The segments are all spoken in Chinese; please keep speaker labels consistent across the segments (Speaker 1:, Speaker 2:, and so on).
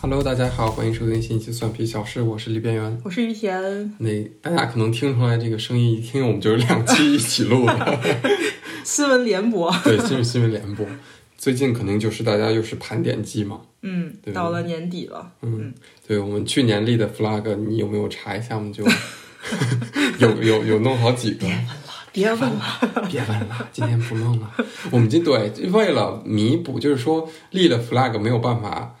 Speaker 1: Hello，大家好，欢迎收听新一期《蒜皮小事》，我是李边缘。
Speaker 2: 我是于田，
Speaker 1: 那大家可能听出来这个声音，一听我们就是两期一起录的，
Speaker 2: 新闻联播，
Speaker 1: 对，新闻新闻联播。最近可能就是大家又是盘点季嘛，
Speaker 2: 嗯
Speaker 1: 对，
Speaker 2: 到了年底了，
Speaker 1: 嗯，对我们去年立的 flag，你有没有查一下？我们 就有有有弄好几个。
Speaker 2: 别问了，
Speaker 1: 别问了，今天不弄了。我们今对为了弥补，就是说立了 flag 没有办法，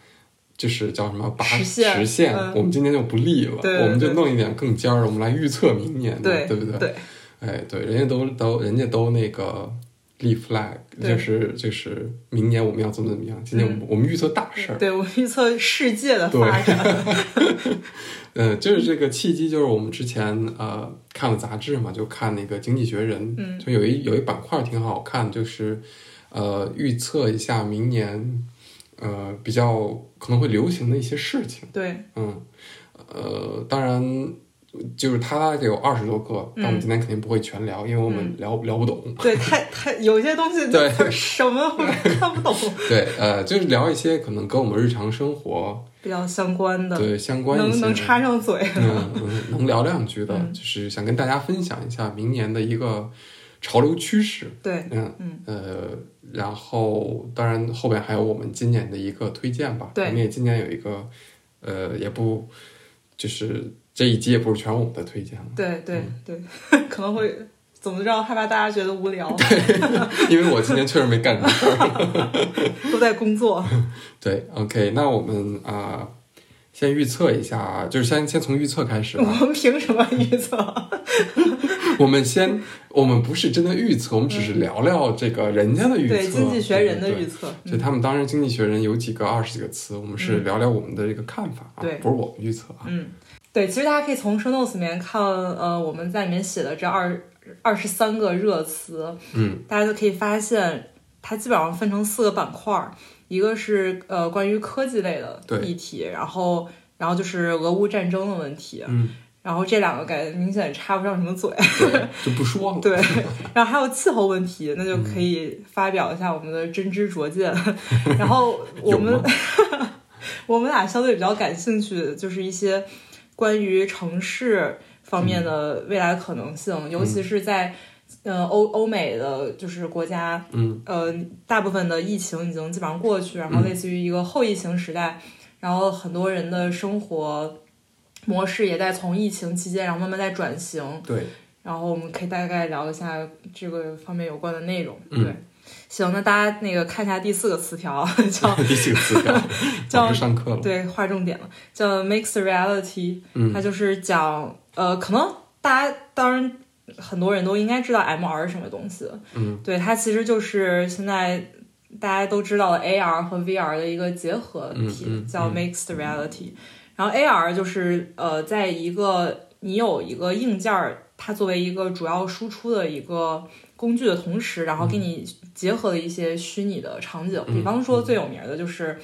Speaker 1: 就是叫什么把
Speaker 2: 实现嗯
Speaker 1: 我们今天就不立了，
Speaker 2: 对
Speaker 1: 我们就
Speaker 2: 对
Speaker 1: 弄一点更尖儿的，我们来预测明年的，
Speaker 2: 对
Speaker 1: 对不对？
Speaker 2: 对，
Speaker 1: 哎，对，人家都都人家都那个立 flag，
Speaker 2: 对嗯
Speaker 1: 就是就是明年我们要怎么怎么样，今年我们、我们预测大事儿，
Speaker 2: 对我预测世界的
Speaker 1: 对
Speaker 2: 发展，
Speaker 1: 呃，就是这个契机，就是我们之前呃看了杂志嘛，就看那个《经济学人》，
Speaker 2: 嗯
Speaker 1: 就有一有一板块挺好看，就是呃预测一下明年呃比较可能会流行的一些事情，
Speaker 2: 对，
Speaker 1: 嗯，呃，当然就是它大概有二十多个，但我
Speaker 2: 嗯
Speaker 1: 们今天肯定不会全聊，因为我们聊、聊不懂，
Speaker 2: 对，太太有些东西
Speaker 1: 对
Speaker 2: 不是 什么我看不懂，
Speaker 1: 对，呃，就是聊一些可能跟我们日常生活
Speaker 2: 比较相关的，
Speaker 1: 对相关一
Speaker 2: 能
Speaker 1: 些
Speaker 2: 能插上嘴，
Speaker 1: 嗯，嗯能聊两句的，就是想跟大家分享一下明年的一个潮流趋势。
Speaker 2: 对，
Speaker 1: 嗯
Speaker 2: 嗯
Speaker 1: 呃，然后当然后边还有我们今年的一个推荐吧。
Speaker 2: 对
Speaker 1: 我们也今年有一个，呃，也不就是这一集也不是全我们的推荐了，
Speaker 2: 对
Speaker 1: 嗯
Speaker 2: 对对， 可能会怎么着，害怕大家觉得无聊，
Speaker 1: 因为我今年确实没干什么 事儿。
Speaker 2: 都在工作，
Speaker 1: 对，OK，那我们啊、先预测一下，就是先先从预测开始
Speaker 2: 我
Speaker 1: 吧。
Speaker 2: 们凭什么预测？
Speaker 1: 我们先，我们不是真的预测，我们只是聊聊这个人家的 预测，
Speaker 2: 嗯对，《经济学人》的
Speaker 1: 对对
Speaker 2: 预测，嗯
Speaker 1: 就他们当时《经济学人》有几个二十几个词，我们是聊聊我们的这个看法啊，
Speaker 2: 对
Speaker 1: 不是我们预测啊。
Speaker 2: 嗯，对，其实大家可以从生 notes 里面看，呃，我们在里面写的这二二十三个热词，
Speaker 1: 嗯，
Speaker 2: 大家就可以发现，它基本上分成四个板块儿，一个是呃关于科技类的
Speaker 1: 对
Speaker 2: 议题，然后然后就是俄乌战争的问题，
Speaker 1: 嗯，
Speaker 2: 然后这两个感觉明显插不上什么嘴，
Speaker 1: 对，就不说了。
Speaker 2: 对，然后还有气候问题，那就可以发表一下我们的真知灼见。 然后我
Speaker 1: 有
Speaker 2: 们
Speaker 1: 吗
Speaker 2: 我们俩相对比较感兴趣的就是一些关于城市方面
Speaker 1: 嗯
Speaker 2: 的未来可能性，尤其是在呃欧欧美的就是国家，
Speaker 1: 嗯，
Speaker 2: 呃，大部分的疫情已经基本上过去，然后类似于一个后疫情时代，然后很多人的生活。模式也在从疫情期间，然后慢慢在转型，
Speaker 1: 对，
Speaker 2: 然后我们可以大概聊一下这个方面有关的内容。
Speaker 1: 嗯
Speaker 2: 对，行，那大家那个看一下第四个词条， 叫
Speaker 1: 第几个词条？
Speaker 2: 叫
Speaker 1: 老师上课了。嗯
Speaker 2: 对划重点了，叫 mixed reality，、它就是讲呃，可能大家当然很多人都应该知道 MR 是什么东西，
Speaker 1: 嗯，
Speaker 2: 对，它其实就是现在大家都知道的 AR 和 VR 的一个结合体，
Speaker 1: 嗯嗯
Speaker 2: 叫
Speaker 1: 嗯
Speaker 2: mixed reality。然后 AR 就是呃，在一个你有一个硬件儿，它作为一个主要输出的一个工具的同时，然后给你结合了一些虚拟的场景，
Speaker 1: 嗯
Speaker 2: 比方说最有名的就是。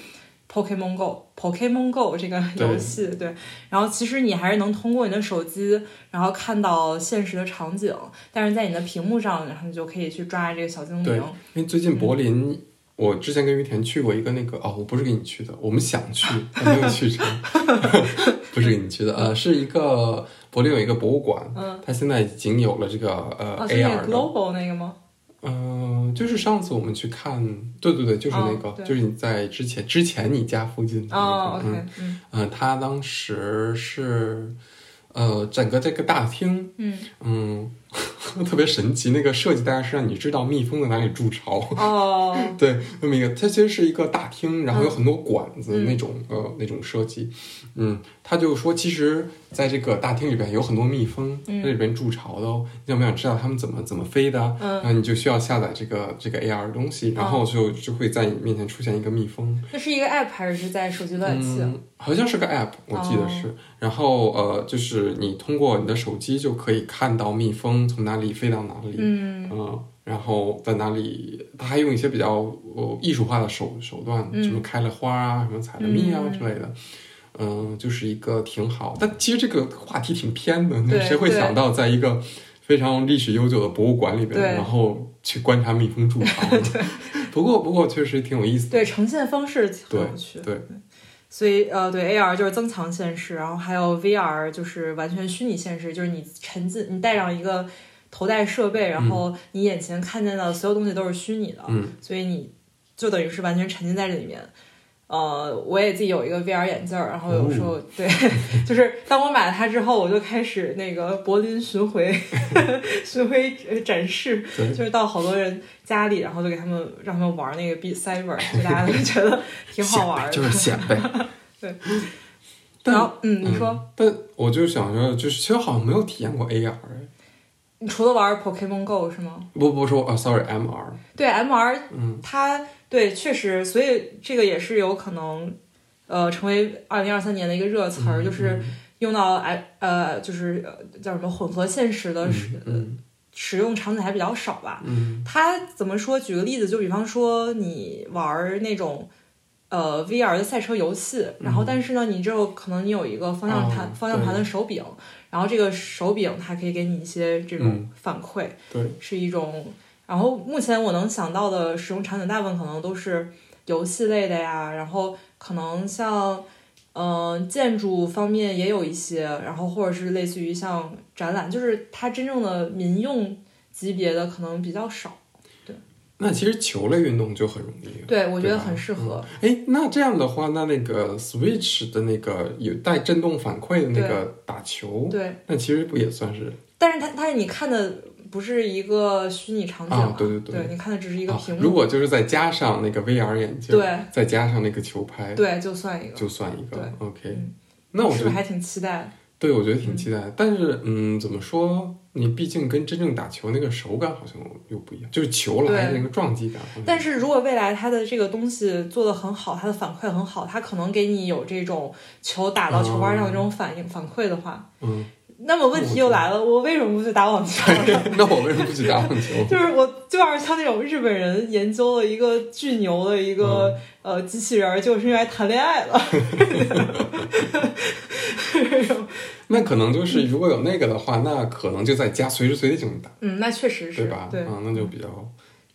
Speaker 2: Pokemon Go，Pokemon Go 这个
Speaker 1: 对
Speaker 2: 游戏，对然后其实你还是能通过你的手机，然后看到现实的场景，但是在你的屏幕上，然后你就可以去抓这个小精
Speaker 1: 对
Speaker 2: 灵。
Speaker 1: 因为最近柏
Speaker 2: 嗯
Speaker 1: 林，我之前跟于田去过一个那个哦，我不是跟你去的，我们想 去，但没有去成， 不是跟你去的，呃，是一个柏林有一个博物馆，
Speaker 2: 嗯，
Speaker 1: 它现在已经有了这个呃
Speaker 2: 哦，是那
Speaker 1: AR
Speaker 2: 个
Speaker 1: 的
Speaker 2: Global 那个吗？
Speaker 1: 嗯，就是上次我们去看，对对对，就是那个，
Speaker 2: 哦对
Speaker 1: 就是你在之前之前你家附近的那
Speaker 2: 哦
Speaker 1: 个，嗯
Speaker 2: ，OK，嗯
Speaker 1: 嗯，他当时是，呃，整个这个大厅，
Speaker 2: 嗯，
Speaker 1: 嗯， 特别神奇，那个设计大概是让你知道蜜蜂在哪里筑巢，
Speaker 2: 哦，
Speaker 1: 对，那么一个，它其实是一个大厅，然后有
Speaker 2: 嗯
Speaker 1: 很多管子、
Speaker 2: 嗯
Speaker 1: 那种呃那种设计，嗯，他就说其实在这个大厅里边有很多蜜蜂在
Speaker 2: 嗯
Speaker 1: 里边筑巢的哦，你想不想知道它们怎么怎么飞的啊？
Speaker 2: 嗯
Speaker 1: 然后你就需要下载这个这个 AR 的东西，然后就就会在你面前出现一个蜜蜂，
Speaker 2: 这是一个 app 还是哦在手机浏览器？
Speaker 1: 嗯，好像是个 app，我记得是，然后呃就是你通过你的手机就可以看到蜜蜂从哪里飞到哪里，
Speaker 2: 嗯
Speaker 1: 嗯，然后在哪里，他还用一些比较呃艺术化的手手段，
Speaker 2: 嗯
Speaker 1: 什么开了花啊，什么采了蜜啊
Speaker 2: 嗯
Speaker 1: 之类的，嗯、就是一个挺好。但其实这个话题挺偏的，那
Speaker 2: 对
Speaker 1: 谁会
Speaker 2: 对
Speaker 1: 想到在一个非常历史悠久的博物馆里边，
Speaker 2: 对
Speaker 1: 然后去观察蜜蜂 筑巢呢？不过不过确实挺有意思的。
Speaker 2: 对，呈现方式很有趣。
Speaker 1: 对，
Speaker 2: 所以呃，对 AR 就是增强现实，然后还有 VR 就是完全虚拟现实，就是你沉浸，你戴上一个头戴设备，然后你眼前看见的所有东西都是虚拟的，
Speaker 1: 嗯
Speaker 2: 所以你就等于是完全沉浸在这里面。呃，我也自己有一个 VR 眼镜儿，然后有时候、对， 就是当我买了它之后，我就开始那个柏林巡回 巡回呃展示，
Speaker 1: 对
Speaker 2: 就是到好多人家里，然后就给他们让他们玩那个 Beat Saber，就大家都觉 得挺好玩的，
Speaker 1: 显摆就是显摆。 但
Speaker 2: 然后，嗯，你说，
Speaker 1: 嗯但我就想说，就是其实好像没有体验过 AR，哎
Speaker 2: 你除了玩 Pokemon Go 是吗？
Speaker 1: 不不是我啊，sorry，MR，
Speaker 2: 对，MR
Speaker 1: 嗯，
Speaker 2: 它对确实，所以这个也是有可能，呃，成为二零二三年的一个热词
Speaker 1: 嗯
Speaker 2: 儿，就是用到哎呃，就是呃叫什么混合现实的使、
Speaker 1: 嗯
Speaker 2: 使用场景还比较少吧。
Speaker 1: 嗯
Speaker 2: 它怎么说？举个例子，就比方说你玩儿那种。呃，VR 的赛车游戏，然后但是呢，你这有可能你有一个方向盘、
Speaker 1: 哦
Speaker 2: 方向盘的手柄，然后这个手柄它可以给你一些这种
Speaker 1: 嗯
Speaker 2: 反馈，
Speaker 1: 对，
Speaker 2: 是一种。然后目前我能想到的使用场景，大部分可能都是游戏类的呀，然后可能像嗯、呃建筑方面也有一些，然后或者是类似于像展览，就是它真正的民用级别的可能比较少。
Speaker 1: 那其实球类运动就很容易。
Speaker 2: 对，我觉得
Speaker 1: 对吧
Speaker 2: 很适合。
Speaker 1: 哎，那这样的话，那那个 Switch 的那个有带震动反馈的那个打球，
Speaker 2: 对，
Speaker 1: 那其实不也算是
Speaker 2: 但是它但是你看的不是一个虚拟场景
Speaker 1: 啊对对对
Speaker 2: 对，你看的只是一个
Speaker 1: 啊
Speaker 2: 屏？
Speaker 1: 如
Speaker 2: 幕，
Speaker 1: 果就是再加上那个 VR 眼镜，
Speaker 2: 对，
Speaker 1: 再加上那个球拍，
Speaker 2: 对，就算一个。
Speaker 1: 就算一个。OK，
Speaker 2: 嗯
Speaker 1: 那我
Speaker 2: 是
Speaker 1: 觉
Speaker 2: 不是
Speaker 1: 得
Speaker 2: 还挺期待？
Speaker 1: 对，我觉得挺期待的。但是，嗯，怎么说？你毕竟跟真正打球那个手感好像又不一样，就是球来的
Speaker 2: 对
Speaker 1: 那个撞击感好像。
Speaker 2: 但是如果未来它的这个东西做得很好，它的反馈很好，它可能给你有这种球打到球拍上的这
Speaker 1: 啊
Speaker 2: 种反应、反馈的话，
Speaker 1: 嗯，
Speaker 2: 那么问题又来了，我为什么不去打网球？
Speaker 1: 那我为什么不去打网球？
Speaker 2: 就是我就要是像那种日本人研究了一个巨牛的一个、
Speaker 1: 嗯
Speaker 2: 呃机器人儿，就是用来谈恋爱了。
Speaker 1: 那可能就是如果有那个的话，那可能就在家随时随地就能打，
Speaker 2: 嗯，那确实是
Speaker 1: 对吧？啊，那就比较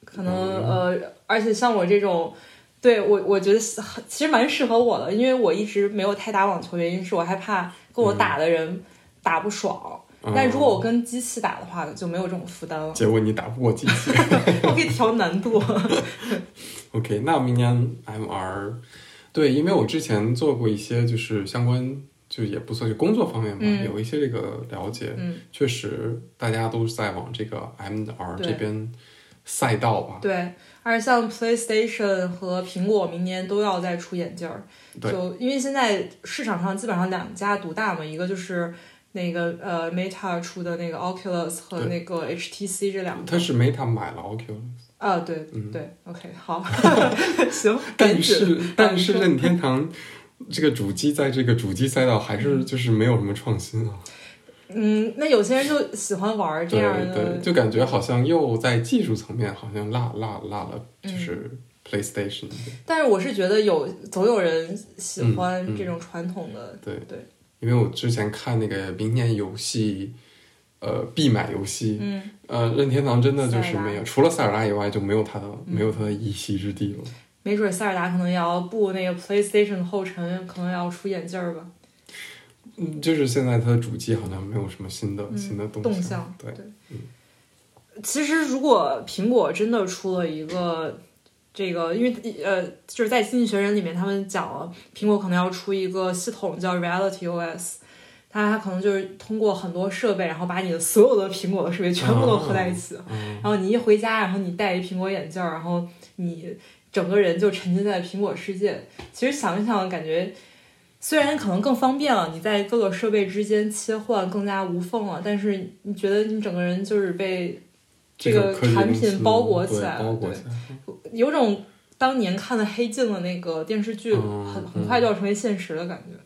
Speaker 2: 可能呃，而且像我这种，对我我觉得是很其实蛮适合我的，因为我一直没有太打网球，原因是我害怕跟我打的人打不爽。
Speaker 1: 嗯
Speaker 2: 但如果我跟机器打的话，就没有这种
Speaker 1: ，
Speaker 2: 负担了
Speaker 1: 结果你打不过机器。
Speaker 2: 我可以调难度。
Speaker 1: OK，那明年 MR，对，因为我之前做过一些就是相关，就也不算是工作方面吧，
Speaker 2: 嗯
Speaker 1: 有一些这个了解，
Speaker 2: 嗯，
Speaker 1: 确实大家都是在往这个 MR
Speaker 2: 对
Speaker 1: 这边赛道吧。
Speaker 2: 对。而且像 PlayStation 和苹果明年都要再出眼镜儿，
Speaker 1: 对
Speaker 2: 就因为现在市场上基本上两家独大嘛，一个就是那个呃 Meta 出的那个 Oculus 和
Speaker 1: 对
Speaker 2: 那个 HTC 这两个，
Speaker 1: 他是 Meta 买了 OQ，
Speaker 2: 啊，对、
Speaker 1: 嗯
Speaker 2: 对，OK，好， 行。
Speaker 1: 但
Speaker 2: 理解
Speaker 1: 是但是
Speaker 2: 你说
Speaker 1: 任天堂这个主机在这个主机赛道还是就是没有什么创新啊。
Speaker 2: 嗯，那有些人就喜欢玩儿这
Speaker 1: 对
Speaker 2: 样
Speaker 1: 对，
Speaker 2: 的，
Speaker 1: 就感觉好像又在技术层面好像落落落了，就是
Speaker 2: 嗯
Speaker 1: PlayStation 一点。
Speaker 2: 但是我是觉得有总有人喜
Speaker 1: 嗯嗯
Speaker 2: 欢这种传统的，
Speaker 1: 对
Speaker 2: 对，
Speaker 1: 因为我之前看那个明年游戏，呃，必买游戏，
Speaker 2: 嗯，
Speaker 1: 呃，任天堂真的就是
Speaker 2: 塞尔达嗯
Speaker 1: 没有，除了塞尔达以外就没有它的、没有它的一席之地了。
Speaker 2: 没准塞尔达可能也要步那个 PlayStation 的后尘，可能也要出眼镜儿吧，
Speaker 1: 嗯，就是现在它的主机好像没有什么新的、新的动
Speaker 2: 嗯动向
Speaker 1: 对，
Speaker 2: 其实，如果苹果真的出了一个这个，因为呃，就是在《经济学人》里面，他们讲了，苹果可能要出一个系统叫 Reality OS，它它可能就是通过很多设备，然后把你的所有的苹果的设备全部都合在一起，
Speaker 1: 嗯，
Speaker 2: 然后你一回家，然后你戴一苹果眼镜儿，然后你整个人就沉浸在苹果世界。其实想一想，感觉虽然可能更方便了，你在各个设备之间切换更加无缝了，但是你觉得你整个人就是被这
Speaker 1: 种
Speaker 2: 个
Speaker 1: 科技
Speaker 2: 产
Speaker 1: 公司
Speaker 2: 品包裹起
Speaker 1: 对
Speaker 2: 来了
Speaker 1: 包裹
Speaker 2: 对
Speaker 1: 起来了。
Speaker 2: 有种当年看的《黑镜》的那个电视剧，
Speaker 1: 嗯
Speaker 2: 很很快就要成为现实的感觉。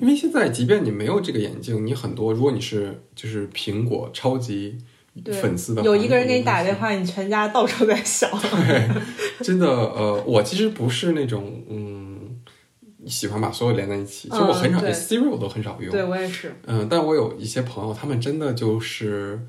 Speaker 1: 因为现在，即便你没有这个眼镜，你很多，如果你是就是苹果超级
Speaker 2: 对
Speaker 1: 粉丝的话，
Speaker 2: 有一个人给你打
Speaker 1: 电
Speaker 2: 电话，你全家到处在响。
Speaker 1: 真的，呃，我其实不是那种嗯喜欢把所有连在一起，就我很少、
Speaker 2: 嗯对
Speaker 1: Siri 我都很少用，
Speaker 2: 对我也是，
Speaker 1: 嗯，但我有一些朋友，他们真的就是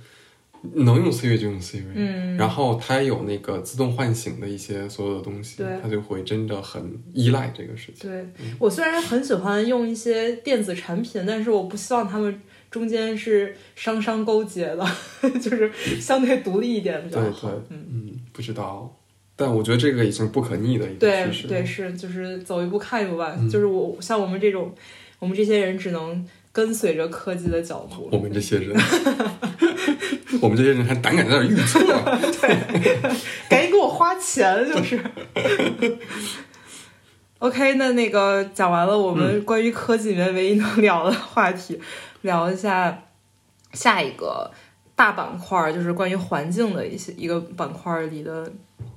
Speaker 1: 能用 Siri 就用 Siri，
Speaker 2: 嗯，
Speaker 1: 然后它有那个自动唤醒的一些所有的东西
Speaker 2: 对，
Speaker 1: 它就会真的很依赖这个事情。
Speaker 2: 对我虽然很喜欢用一些电子产品，但是我不希望他们中间是商商勾结的， 就是相对独立一点比较
Speaker 1: 对
Speaker 2: 好
Speaker 1: 对。，
Speaker 2: 嗯，
Speaker 1: 嗯，不知道，但我觉得这个已经不可逆的一个
Speaker 2: 对
Speaker 1: 趋势。
Speaker 2: 对，是，就是走一步看一步吧。
Speaker 1: 嗯
Speaker 2: 就是我像我们这种，我们这些人只能跟随着科技的脚步。
Speaker 1: 我们这些人， 我们这些人还胆敢在这儿预测、啊
Speaker 2: 赶紧给我花钱，就是。OK，那那个讲完了我们关于科技里面唯一能聊的话题，聊一下下一个大板块儿，就是关于环境的一些一个板块儿里的，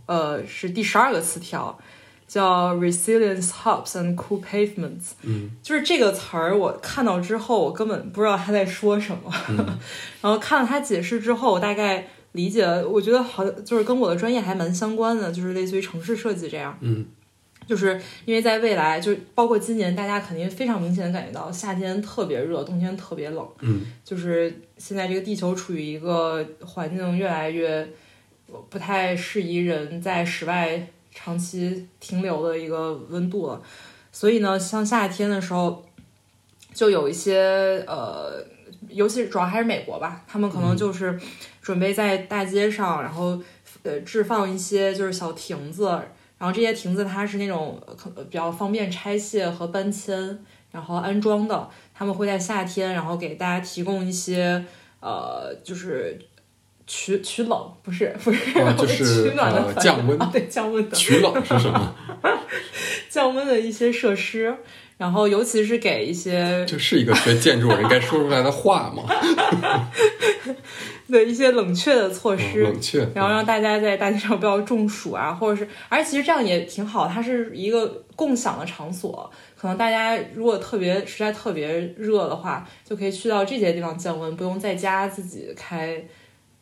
Speaker 2: 呃，是第十二个词条，叫 resilience hubs and cool pavements。
Speaker 1: 嗯
Speaker 2: 就是这个词儿，我看到之后，我根本不知道他在说什么。
Speaker 1: 嗯
Speaker 2: 然后看了他解释之后，我大概理解，我觉得好像就是跟我的专业还蛮相关的，就是类似于城市设计这样。
Speaker 1: 嗯
Speaker 2: 就是因为在未来，就是包括今年，大家肯定非常明显的感觉到夏天特别热，冬天特别冷。
Speaker 1: 嗯
Speaker 2: 就是现在这个地球处于一个环境越来越不太适宜人在室外长期停留的一个温度了，所以呢，像夏天的时候，就有一些呃，尤其是主要还是美国吧，他们可能就是准备在大街上，然后呃置放一些就是小亭子，然后这些亭子它是那种呃可比较方便拆卸和搬迁，然后安装的，他们会在夏天，然后给大家提供一些呃，就是取取冷，不是不是，
Speaker 1: 啊就是
Speaker 2: 取暖的
Speaker 1: 呃
Speaker 2: 反应、
Speaker 1: 降温
Speaker 2: 啊对降温的
Speaker 1: 取冷是什么？
Speaker 2: 降温的一些设施，然后尤其是给一些
Speaker 1: 这是一个学建筑人该说出来的话 吗？
Speaker 2: 对一些冷却的措施。
Speaker 1: 哦嗯冷却，
Speaker 2: 然后让大家在大街上不要中暑啊，或者是，而且其实这样也挺好，它是一个共享的场所。可能大家如果特别实在特别热的话，就可以去到这些地方降温，不用在家自己开，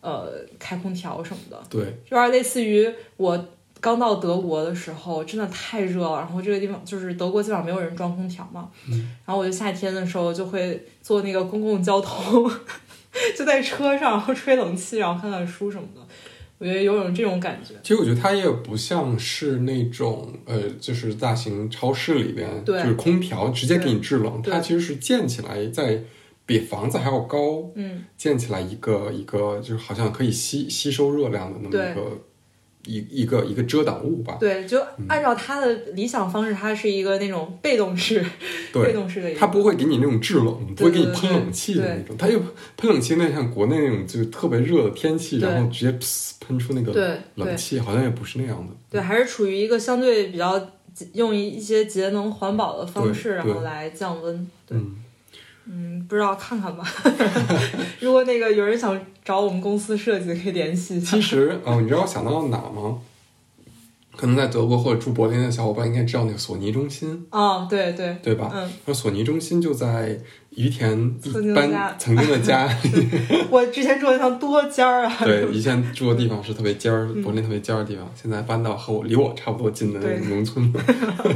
Speaker 2: 呃，开空调什么的。
Speaker 1: 对，
Speaker 2: 有点类似于我刚到德国的时候，真的太热了。然后这个地方就是德国，基本上没有人装空调嘛。
Speaker 1: 嗯
Speaker 2: 然后我就夏天的时候就会坐那个公共交通， 就在车上，然后吹冷气，然后看看书什么的。我觉得有种这种感觉。
Speaker 1: 其实我觉得它也不像是那种呃，就是大型超市里边就
Speaker 2: 对
Speaker 1: 是空调直接给你制冷，
Speaker 2: 对
Speaker 1: 它其实是建起来在比房子还要高，
Speaker 2: 嗯，
Speaker 1: 建起来一个一个就是好像可以吸吸收热量的那么
Speaker 2: 对
Speaker 1: 一个一一个一个遮挡物吧。
Speaker 2: 对，就
Speaker 1: 嗯
Speaker 2: 按照他的理想方式，他是一个那种被动式、被
Speaker 1: 对，
Speaker 2: 动式的一个。
Speaker 1: 它不会给你那种制冷，不会
Speaker 2: 对
Speaker 1: 给你
Speaker 2: 对
Speaker 1: 喷
Speaker 2: 对
Speaker 1: 冷气的那种。它又喷冷气那像国内那种就是特别热的天气，
Speaker 2: 对
Speaker 1: 然后直接噗喷出那个
Speaker 2: 对对
Speaker 1: 冷气，好像也不是那样的。
Speaker 2: 对，还是处于一个相对比较节用一一些节能环保的方
Speaker 1: 对
Speaker 2: 式，然
Speaker 1: 对
Speaker 2: 后来降温。对，
Speaker 1: 嗯，
Speaker 2: 嗯，不知道看看吧。 如果那个有人想找我们公司设计，可以联系一下
Speaker 1: 其。实，嗯、你知道我想到哪吗？可能在德国或者住柏林的小伙伴应该知道那个索尼中心，
Speaker 2: 哦，对对，
Speaker 1: 对吧？
Speaker 2: 嗯，
Speaker 1: 那索尼中心就在于田
Speaker 2: 曾经
Speaker 1: 一
Speaker 2: 的家
Speaker 1: 般曾经的 家，
Speaker 2: 我之前住的地方多尖儿啊。
Speaker 1: 对，以前住的地方是特别尖儿，
Speaker 2: 嗯
Speaker 1: 柏林特别尖儿的地方，现在搬到和我离我差不多近的
Speaker 2: 对
Speaker 1: 农村了。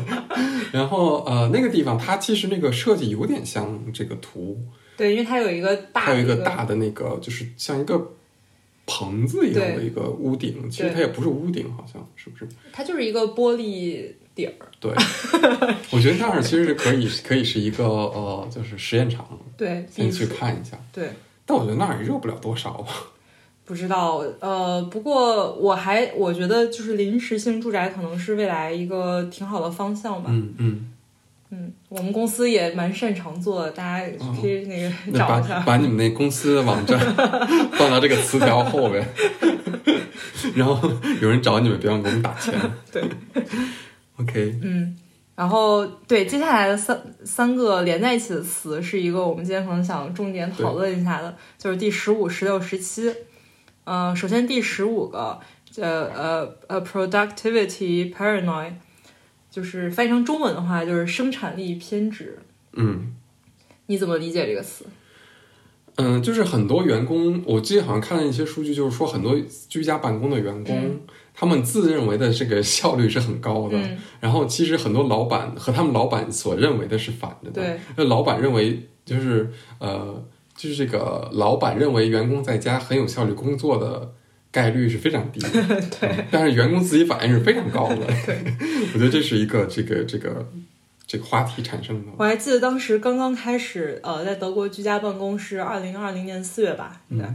Speaker 1: 然后呃，那个地方它其实那个设计有点像这个图，
Speaker 2: 对，因为它有一个大，
Speaker 1: 它有一个大，的那个，就是像一个棚子一样的
Speaker 2: 对
Speaker 1: 一个屋顶，其实
Speaker 2: 对
Speaker 1: 它也不是屋顶，好像是不是？
Speaker 2: 它就是一个玻璃顶儿。
Speaker 1: 对， 我觉得那儿其实是可以可以是一个呃，就是实验场，
Speaker 2: 对，
Speaker 1: 先
Speaker 2: 避
Speaker 1: 去
Speaker 2: 暑。
Speaker 1: 看一下。
Speaker 2: 对，
Speaker 1: 但我觉得那儿也热不了多少吧。
Speaker 2: 不知道，呃，不过我还我觉得就是临时性住宅可能是未来一个挺好的方向吧。
Speaker 1: 嗯嗯，
Speaker 2: 嗯，我们公司也蛮擅长做的，大家可以那个
Speaker 1: 哦那
Speaker 2: 找
Speaker 1: 把
Speaker 2: 一下。
Speaker 1: 把你们那公司的网站 放到这个词条后边，然后有人找你们，别忘给我们打钱。
Speaker 2: 对
Speaker 1: ，OK，
Speaker 2: 嗯，然后对接下来的三三个连在一起的词，是一个我们今天可能想重点讨论一下的，就是第十五、十六、十七。呃，首先第十五个，呃呃呃，productivity paranoid，就是翻译成中文的话就是生产力偏执。
Speaker 1: 嗯。
Speaker 2: 你怎么理解这个词？
Speaker 1: 嗯，就是很多员工，我记得好像看了一些数据，就是说很多居家办公的员工，
Speaker 2: 嗯
Speaker 1: 他们自认为的这个效率是很高的，
Speaker 2: 嗯，
Speaker 1: 然后其实很多老板和他们老板所认为的是反着的。
Speaker 2: 对，
Speaker 1: 那老板认为就是呃，就是这个老板认为员工在家很有效率工作的概率是非常低的， 嗯
Speaker 2: 对，
Speaker 1: 但是员工自己反应是非常高的。
Speaker 2: 对，
Speaker 1: 我觉得这是一个这个这个这个话题产生的。
Speaker 2: 我还记得当时刚刚开始，呃，在德国居家办公是二零二零年四月吧，应该、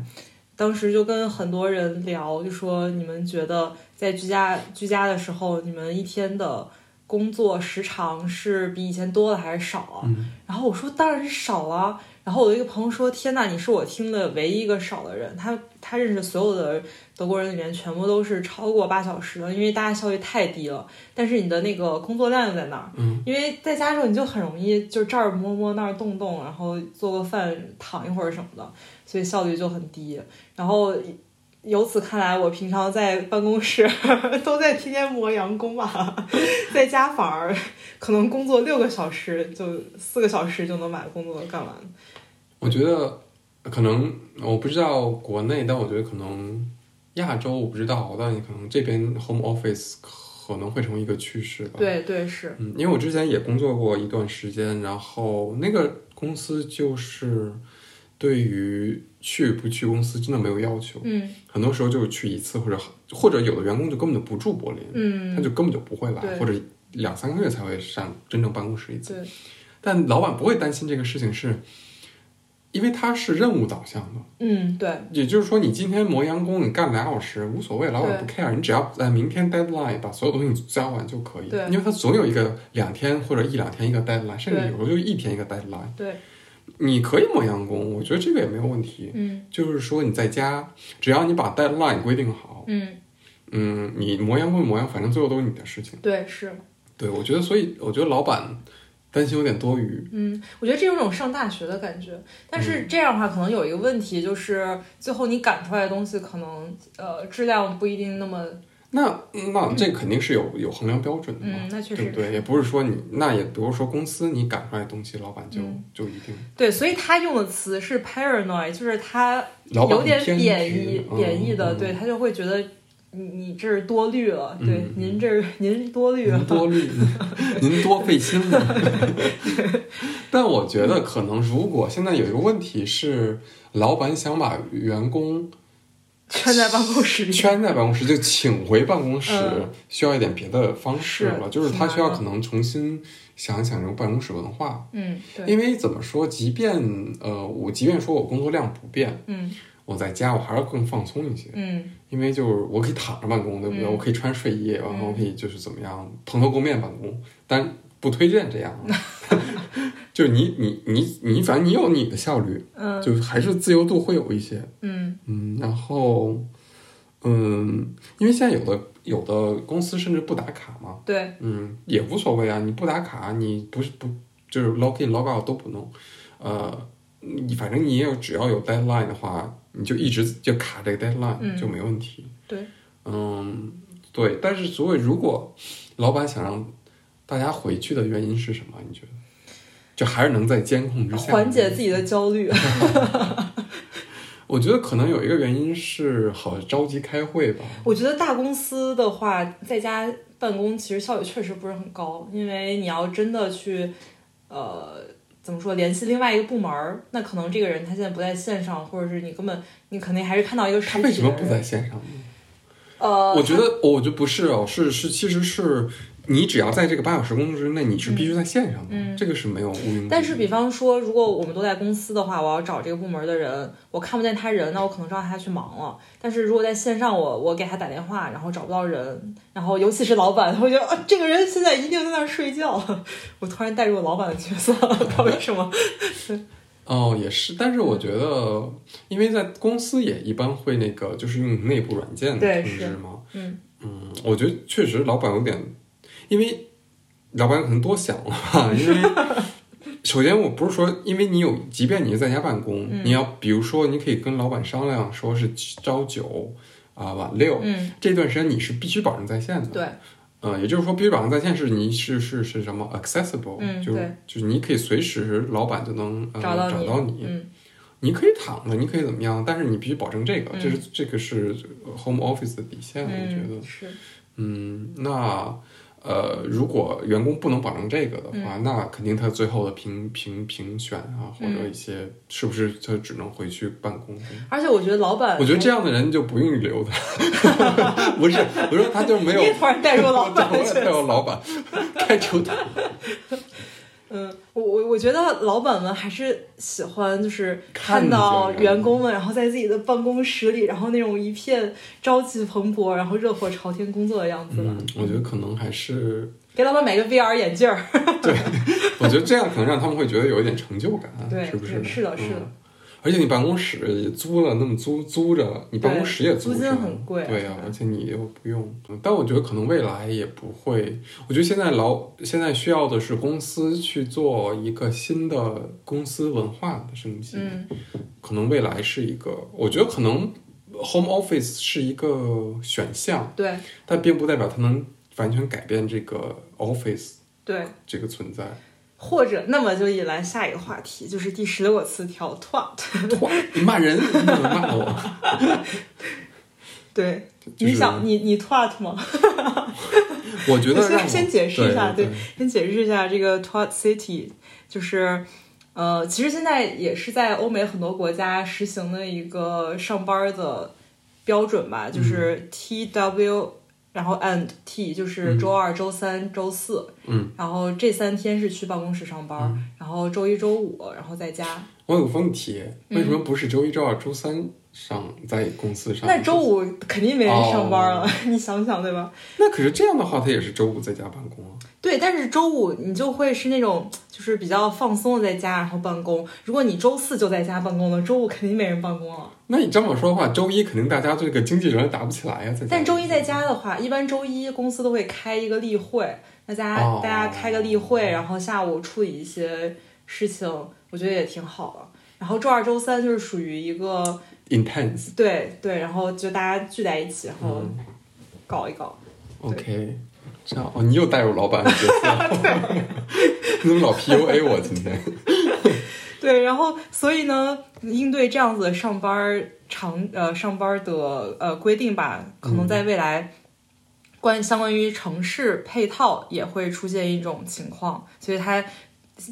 Speaker 2: 当时就跟很多人聊，就说你们觉得在居家居家的时候，你们一天的工作时长是比以前多了还是少啊？
Speaker 1: 嗯
Speaker 2: 然后我说当然是少啊。然后我的一个朋友说：“天呐，你是我听的唯一一个少的人。他他认识所有的德国人里面，全部都是超过八小时的，因为大家效率太低了。但是你的那个工作量又在那儿，
Speaker 1: 嗯，
Speaker 2: 因为在家之后你就很容易就这儿摸摸那儿动动，然后做个饭躺一会儿什么的，所以效率就很低。然后由此看来，我平常在办公室 都在天天磨洋工吧， 在家反而可能工作六个小时就四个小时就能把工作干完。
Speaker 1: 哦我觉得可能我不知道国内，但我觉得可能亚洲我不知道，但可能这边 home office 可能会成为一个趋势吧。，
Speaker 2: 对对是，
Speaker 1: 嗯，因为我之前也工作过一段时间，然后那个公司就是对于去不去公司真的没有要求，
Speaker 2: 嗯
Speaker 1: 很多时候就是去一次或者或者有的员工就根本就不住柏林，他
Speaker 2: 嗯，
Speaker 1: 就根本就不会来，
Speaker 2: 对
Speaker 1: 或者两三个月才会上真正办公室一次。
Speaker 2: 对，
Speaker 1: 但老板不会担心这个事情是，因为他是任务导向的，
Speaker 2: 嗯对
Speaker 1: 也就是说，你今天磨洋工，你干俩小时无所谓，老板不 care，你只要在明天 deadline 把所有东西交完就可以
Speaker 2: 对。
Speaker 1: 因为他总有一个两天或者一两天一个 deadline，甚至有时候就一天一个 deadline。
Speaker 2: 对，
Speaker 1: 你可以磨洋工，我觉得这个也没有问题。
Speaker 2: 嗯
Speaker 1: 就是说你在家，只要你把 deadline 规定好，
Speaker 2: 嗯
Speaker 1: 嗯，你磨洋工就磨洋，反正最后都是你的事情。
Speaker 2: 对是。
Speaker 1: 对，我觉得，所以我觉得老板担心有点多余。
Speaker 2: 嗯，我觉得这有种上大学的感觉，但是
Speaker 1: 嗯
Speaker 2: 这样的话，可能有一个问题就是，最后你赶出来的东西，可能呃质量不一定那么，
Speaker 1: 那那这肯定是有有衡量标准的嘛，
Speaker 2: 嗯嗯，那确
Speaker 1: 对
Speaker 2: 实
Speaker 1: 不对？也不是说你那也，比如说公司你赶出来的东西，老板就、
Speaker 2: 嗯
Speaker 1: 就一定
Speaker 2: 对，所以他用的词是 paranoid，就是他
Speaker 1: 老板
Speaker 2: 有
Speaker 1: 很
Speaker 2: 点
Speaker 1: 偏
Speaker 2: 贬
Speaker 1: 执
Speaker 2: 义
Speaker 1: 嗯
Speaker 2: 贬义的，
Speaker 1: 嗯
Speaker 2: 对他就会觉得你你这是多虑了，对，
Speaker 1: 嗯
Speaker 2: 您这是您多虑了
Speaker 1: 您，多虑， 您多费心 了。但我觉得可能，如果现在有一个问题是，老板想把员工
Speaker 2: 圈在办公室里，
Speaker 1: 圈在办公室，就请回办公室，
Speaker 2: 嗯
Speaker 1: 需要一点别的方式了，
Speaker 2: 是
Speaker 1: 就是
Speaker 2: 挺
Speaker 1: 他
Speaker 2: 难
Speaker 1: 需要
Speaker 2: 的
Speaker 1: 可能重新想一想这种办公室文化。
Speaker 2: 嗯，对，
Speaker 1: 因为怎么说，即便呃，我即便说我工作量不变，
Speaker 2: 嗯
Speaker 1: 我在家我还是更放松一些，
Speaker 2: 嗯
Speaker 1: 因为就是我可以躺着办公，对不对？
Speaker 2: 嗯
Speaker 1: 我可以穿睡衣，然后
Speaker 2: 嗯
Speaker 1: 可以就是怎么样蓬头垢面办公，但不推荐这样啊。 就是你你你你，反正你有你的效率，
Speaker 2: 嗯
Speaker 1: 就还是自由度会有一些，
Speaker 2: 嗯
Speaker 1: 嗯，然后嗯，因为现在有的有的公司甚至不打卡嘛，
Speaker 2: 对，
Speaker 1: 嗯，也无所谓啊，你不打卡，你不是不就是 log in log out 都不弄，呃，你反正你也有只要有 deadline 的话，你就一直就卡这个 deadline、
Speaker 2: 嗯
Speaker 1: 就没问题。
Speaker 2: 对，
Speaker 1: 嗯，对，但是所以如果老板想让大家回去的原因是什么？你觉得？就还是能在监控之下
Speaker 2: 缓解自己的焦虑，
Speaker 1: 我觉得可能有一个原因是好着急开会吧。
Speaker 2: 我觉得大公司的话，在家办公其实效率确实不是很高，因为你要真的去，呃，怎么说联系另外一个部门儿，那可能这个人他现在不在线上，或者是你根本你肯定还是看到一个实
Speaker 1: 他
Speaker 2: 体
Speaker 1: 为什么
Speaker 2: 的
Speaker 1: 不
Speaker 2: 人
Speaker 1: 在？线上呢？
Speaker 2: 呃，
Speaker 1: 我觉得，我觉得不是哦，是是，其实是你只要在这个八小时工作之内，你是必须在线上的，
Speaker 2: 嗯
Speaker 1: 这个是没有毋庸置疑。
Speaker 2: 但是，比方说，如果我们都在公司的话，我要找这个部门的人，我看不见他人，那我可能让他去忙了。但是如果在线上我，我给他打电话，然后找不到人，然后尤其是老板，我觉得、啊、这个人现在一定在那儿睡觉。我突然带入了老板的角色， 不知道为什么。
Speaker 1: 哦，也是，但是我觉得，因为在公司也一般会那个，就是用内部软件
Speaker 2: 对
Speaker 1: 通知
Speaker 2: 是
Speaker 1: 嘛。
Speaker 2: 嗯
Speaker 1: 嗯，我觉得确实老板有点，因为老板可能多想了吧，因 为。首先，我不是说，因为你有，即便你是在家办公，
Speaker 2: 嗯
Speaker 1: 你要比如说，你可以跟老板商量，说是朝九啊、晚六、
Speaker 2: 嗯，
Speaker 1: 这段时间你是必须保证在线的。
Speaker 2: 对，
Speaker 1: 呃，也就是说，必须保障在线是你是是是什么 accessible，、
Speaker 2: 嗯
Speaker 1: 就是
Speaker 2: 对
Speaker 1: 就是你可以随时老板就能、呃、
Speaker 2: 找到
Speaker 1: 你，
Speaker 2: 你
Speaker 1: 你
Speaker 2: 嗯
Speaker 1: 可以躺着，你可以怎么样，但是你必须保证这个，
Speaker 2: 嗯
Speaker 1: 这是呃这个是 home office 的底线，我觉
Speaker 2: 嗯
Speaker 1: 得，
Speaker 2: 是
Speaker 1: 嗯，那呃，如果员工不能保证这个的
Speaker 2: 嗯
Speaker 1: 话，那肯定他最后的评评评选啊，或
Speaker 2: 嗯
Speaker 1: 者一些是不是他只能回去办公？
Speaker 2: 而且我觉得老板，
Speaker 1: 我觉得这样的 人就不用留他。不是，我说他就没有
Speaker 2: 你，突然带入 老板
Speaker 1: 我
Speaker 2: 的
Speaker 1: 也
Speaker 2: 角
Speaker 1: 没
Speaker 2: 色，
Speaker 1: 有老板，开除他。
Speaker 2: 嗯，我我我觉得老板们还是喜欢就是
Speaker 1: 看
Speaker 2: 看到
Speaker 1: 见
Speaker 2: 员工们，然后在自己的办公室里，然后那种一片朝气蓬勃，然后热火朝天工作的样子吧。
Speaker 1: 嗯，我觉得可能还是，
Speaker 2: 给老板买个 VR 眼镜儿，
Speaker 1: 我觉得这样可能让他们会觉得有一点成就感，啊
Speaker 2: 对，
Speaker 1: 是不
Speaker 2: 对是的，是的
Speaker 1: 嗯。而且你办公室也租了，那么租租着，你办公室也
Speaker 2: 租
Speaker 1: 着，
Speaker 2: 金很贵
Speaker 1: 对呀、
Speaker 2: 是吧
Speaker 1: 而且你又不用。嗯但我觉得可能未来也不会，我觉得现在劳现在需要的是公司去做一个新的公司文化的升级，
Speaker 2: 嗯
Speaker 1: 可能未来是一个，我觉得可能 home office 是一个选项，
Speaker 2: 对
Speaker 1: 但并不代表它能完全改变这个 office
Speaker 2: 对，
Speaker 1: 这个存在。
Speaker 2: 或者那么就引来下一个话题，就是第十六个词条 twat。
Speaker 1: 哇，你骂人，你怎么骂我？
Speaker 2: 对，
Speaker 1: 就是
Speaker 2: 你想你你 twat 吗？
Speaker 1: 我觉得让
Speaker 2: 先
Speaker 1: 我
Speaker 2: 先解释一下，
Speaker 1: 对
Speaker 2: 对，先解释一下这个 Twat City，就是呃，其实现在也是在欧美很多国家实行的一个上班的标准吧，就是
Speaker 1: 嗯
Speaker 2: T W，、然后 and T 就是周二、周三、周四，
Speaker 1: 嗯，
Speaker 2: 然后这三天是去办公室上班，然后周一周五然后在家。
Speaker 1: 我有个问题，为什么不是周一、周二、周三上在公司上？
Speaker 2: 嗯那周五肯定没人上班
Speaker 1: 哦
Speaker 2: 了，你想想对吧？
Speaker 1: 那可是这样的话，他也是周五在家办公啊。
Speaker 2: 对，但是周五你就会是那种就是比较放松的在家，然后办公。如果你周四就在家办公了，周五肯定没人办公了。
Speaker 1: 那你这么说的话，周一肯定大家这个经济人打不起来呀、在家
Speaker 2: 但周一在家的话，一般周一公司都会开一个例会，那大家、
Speaker 1: 哦
Speaker 2: 大家开个例会，然后下午处理一些事情，我觉得也挺好的。然后周二、周三就是属于一个
Speaker 1: intense。
Speaker 2: 对对，然后就大家聚在一起，然后搞一搞。
Speaker 1: OK，这样哦，你又带入老板的角 色， 你怎么老 PUA 我今天？
Speaker 2: 对，然后所以呢，应对这样子的上班儿长呃上班儿的呃规定吧，可能在未来关相关于城市配套也会出现一种情况，所以它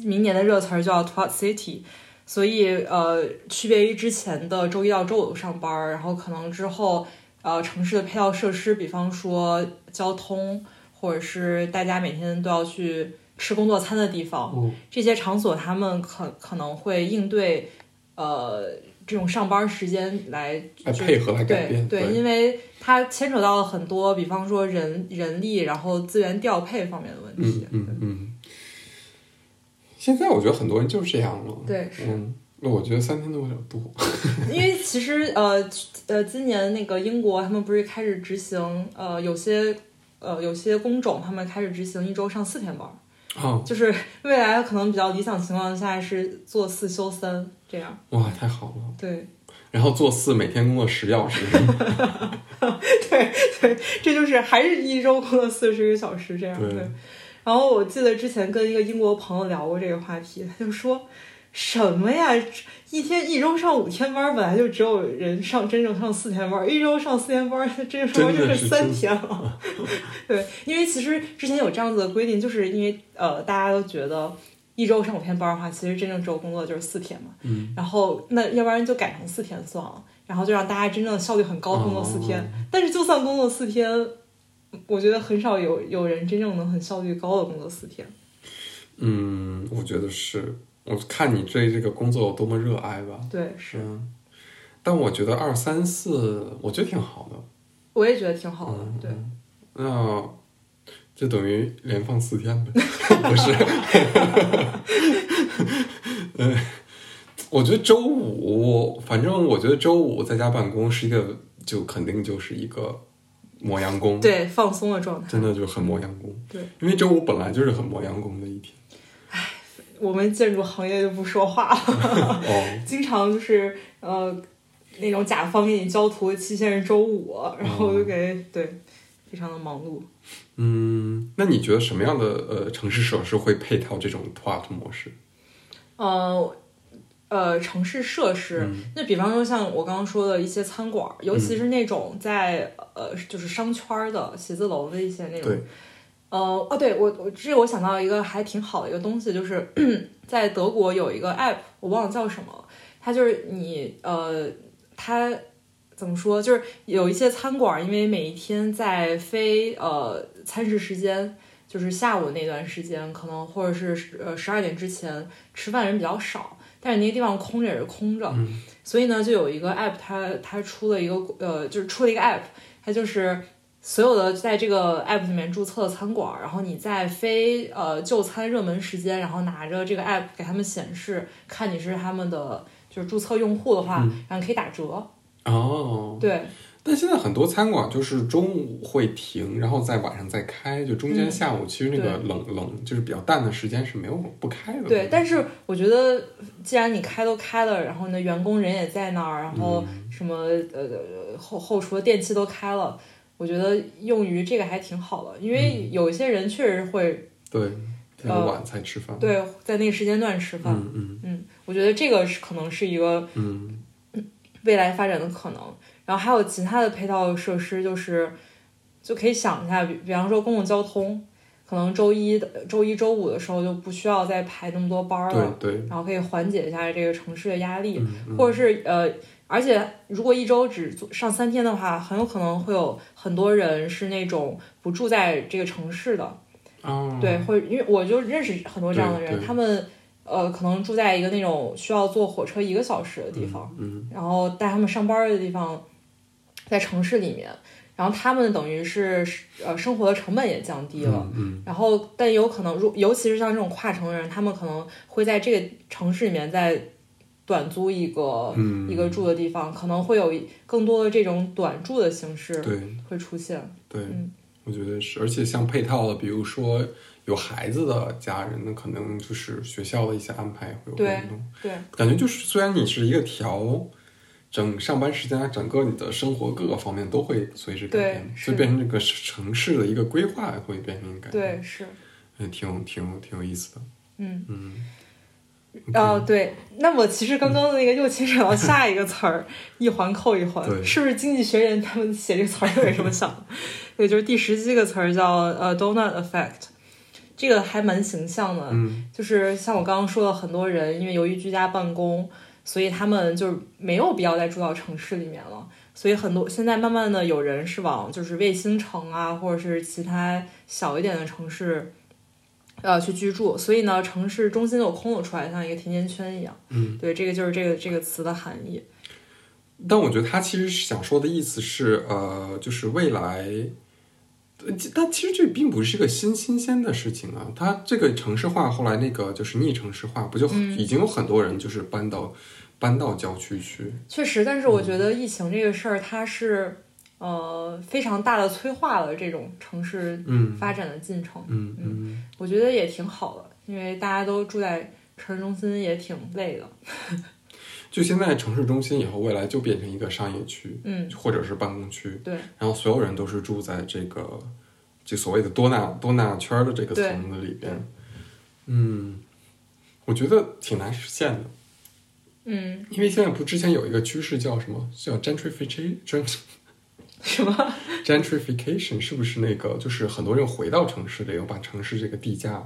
Speaker 2: 明年的热词儿叫 “twat city”。所以呃，区别于之前的周一到周五上班儿，然后可能之后呃城市的配套设施，比方说交通，或者是大家每天都要去吃工作餐的地方，这些场所他们可可能会应对呃这种上班时间来
Speaker 1: 来配合来改
Speaker 2: 对
Speaker 1: 变，对
Speaker 2: 对，因为它牵扯到了很多，比方说人人力，然后资源调配方面的问
Speaker 1: 嗯
Speaker 2: 题。
Speaker 1: 嗯嗯。现在我觉得很多人就是这样了。
Speaker 2: 对，
Speaker 1: 嗯，那我觉得三天都有点多。
Speaker 2: 因为其实呃呃，今年那个英国他们不是开始执行呃有些呃有些工种他们开始执行一周上四天班儿，
Speaker 1: 哦，
Speaker 2: 就是未来可能比较理想情况下是做四休三这样。
Speaker 1: 哇，太好了。
Speaker 2: 对，
Speaker 1: 然后做四，每天工作十小时。
Speaker 2: 这就是还是一周工作四十个小时这样
Speaker 1: 对
Speaker 2: 对。然后我记得之前跟一个英国朋友聊过这个话题，他就说什么呀，一天一周上五天班，本来就只有人上真正上四天班，一周上四天班，真正上班就
Speaker 1: 真的
Speaker 2: 是
Speaker 1: 是
Speaker 2: 三 天了。对，因为其实之前有这样子的规定，就是因为呃大家都觉得。一周上五天班的话，其实真正只有工作就是四天嘛。
Speaker 1: 嗯。
Speaker 2: 然后那要不然就改成四天算了，然后就让大家真正效率很高工作四天。
Speaker 1: 哦
Speaker 2: 但是就算工作四天，我觉得很少有有人真正能很效率高的工作四天。
Speaker 1: 嗯，我觉得是，我看你对这个工作有多么热爱吧。
Speaker 2: 对，是，
Speaker 1: 嗯，但我觉得二三四，我觉得挺好的。
Speaker 2: 我也觉得挺好的。
Speaker 1: 嗯
Speaker 2: 对，
Speaker 1: 那就等于连放四天呗，不是？嗯，我觉得周五，反正我觉得周五在家办公是一个，就肯定就是一个磨洋工，，
Speaker 2: 对，放松的状态。
Speaker 1: 真的就很磨洋工。
Speaker 2: 对，
Speaker 1: 因为周五本来就是很磨洋工的一天。
Speaker 2: 我们建筑行业就不说话了，
Speaker 1: 哦，
Speaker 2: 经常就是呃那种甲方给你交图的期限是周五，然后
Speaker 1: 哦
Speaker 2: 就给、对，非常的忙碌。
Speaker 1: 嗯，那你觉得什么样的呃城市设施会配套这种 TWAT 模式？
Speaker 2: 呃呃，城市设施，那比方说像我刚刚说的一些餐馆儿，尤其是那种在、呃就是商圈儿的写字楼的一些那种
Speaker 1: 对，
Speaker 2: 呃，哦，对我我这我想到一个还挺好的一个东西，就是嗯在德国有一个 app，我忘了叫什么了，它就是你呃，它怎么说，就是有一些餐馆，因为每一天在非呃餐食时间，就是下午那段时间，可能或者是呃十二点之前吃饭人比较少，但是那个地方空着也是空着，
Speaker 1: 嗯
Speaker 2: 所以呢，就有一个 app，它它出了一个呃，就是出了一个 app，它就是所有的在这个 app 里面注册的餐馆，然后你在非呃就餐热门时间，然后拿着这个 app 给他们显示，看你是他们的就是注册用户的话，然后可以打折。
Speaker 1: 哦，
Speaker 2: 对，
Speaker 1: 但现在很多餐馆就是中午会停，然后在晚上再开，就中间
Speaker 2: 嗯
Speaker 1: 下午其实那个冷、冷就是比较淡的时间是没有不开的。
Speaker 2: 对，但是我觉得，既然你开都开了，然后你的员工人也在那儿，然
Speaker 1: 嗯
Speaker 2: 后什么呃后后厨的电器都开了，我觉得用于这个还挺好的，因
Speaker 1: 嗯
Speaker 2: 为有一些人确实会
Speaker 1: 对，特别
Speaker 2: 呃
Speaker 1: 晚才吃饭。
Speaker 2: 对在那个时间段吃饭。
Speaker 1: 嗯嗯
Speaker 2: 嗯，我觉得这个是可能是一个
Speaker 1: 嗯
Speaker 2: 未来发展的可能。然后还有其他的配套设施，就是就可以想一下，比比方说公共交通，可能周一的、周一周五的时候就不需要再排那么多班儿
Speaker 1: 对
Speaker 2: 了，
Speaker 1: 对，
Speaker 2: 然后可以缓解一下这个城市的压力，
Speaker 1: 嗯嗯
Speaker 2: 嗯或者是呃，而且如果一周只做上三天的话，很有可能会有很多人是那种不住在这个城市的，
Speaker 1: 哦，
Speaker 2: 对，或者因为我就认识很多这样的人，
Speaker 1: 对对
Speaker 2: 他们呃可能住在一个那种需要坐火车一个小时的地方，
Speaker 1: 嗯，
Speaker 2: 然后带他们上班的地方在城市里面，然后他们等于是呃生活的成本也降低了。
Speaker 1: 嗯嗯
Speaker 2: 然后，但有可能，如尤其是像这种跨城人，他们可能会在这个城市里面再短租一个、
Speaker 1: 嗯，
Speaker 2: 一个住的地方，可能会有更多的这种短住的形式
Speaker 1: 对
Speaker 2: 会出现。
Speaker 1: 对，
Speaker 2: 嗯
Speaker 1: 我觉得是，而且像配套的，比如说有孩子的家人，那可能就是学校的一些安排会有
Speaker 2: 对
Speaker 1: 变动。
Speaker 2: 对，
Speaker 1: 感觉就是，虽然你是一个调整上班时间啊，整个你的生活各个方面都会随之改
Speaker 2: 对
Speaker 1: 变，
Speaker 2: 是
Speaker 1: 就变成这个城市的一个规划会变成一个改变，
Speaker 2: 对，是，
Speaker 1: 对，挺有挺有挺有意思的。
Speaker 2: 嗯。
Speaker 1: 嗯，
Speaker 2: 哦，对，那我其实刚刚的那个又牵扯到下一个词儿，一环扣一环，
Speaker 1: 嗯对
Speaker 2: 是不是《经济学人》他们写这个词儿又是这么 想的？对，就是第十七个词儿叫呃 donut effect，这个还蛮形象的，
Speaker 1: 嗯
Speaker 2: 就是像我刚刚说的，很多人因为由于居家办公，所以他们就是没有必要再住到城市里面了。所以很多现在慢慢的有人是往就是卫星城啊，或者是其他小一点的城市，呃去居住。所以呢，城市中心就空了出来，像一个甜甜圈一样。
Speaker 1: 嗯，
Speaker 2: 对，这个就是这个这个词的含义。
Speaker 1: 但我觉得他其实是想说的意思是，呃，就是未来。呃其但其实这并不是一个新新鲜的事情啊，它这个城市化后来那个就是逆城市化，不就很已经有很多人就是搬到、搬到郊区去，
Speaker 2: 确实，但是我觉得
Speaker 1: 嗯
Speaker 2: 疫情这个事儿，它是呃非常大的催化了这种城市
Speaker 1: 嗯
Speaker 2: 发展的进程。
Speaker 1: 嗯嗯，
Speaker 2: 我觉得也挺好的，因为大家都住在城市中心也挺累的。
Speaker 1: 就现在城市中心以后，未来就变成一个商业区，
Speaker 2: 嗯，
Speaker 1: 或者是办公区，
Speaker 2: 对
Speaker 1: 然后所有人都是住在这个就所谓的多纳多纳圈儿的这个
Speaker 2: 对
Speaker 1: 层子里
Speaker 2: 对
Speaker 1: 边。嗯，我觉得挺难实现的，
Speaker 2: 嗯，
Speaker 1: 因为现在不之前有一个趋势叫什么？叫 gentrification，
Speaker 2: 什么？
Speaker 1: gentrification 是不是那个就是很多人回到城市里，又把城市这个地价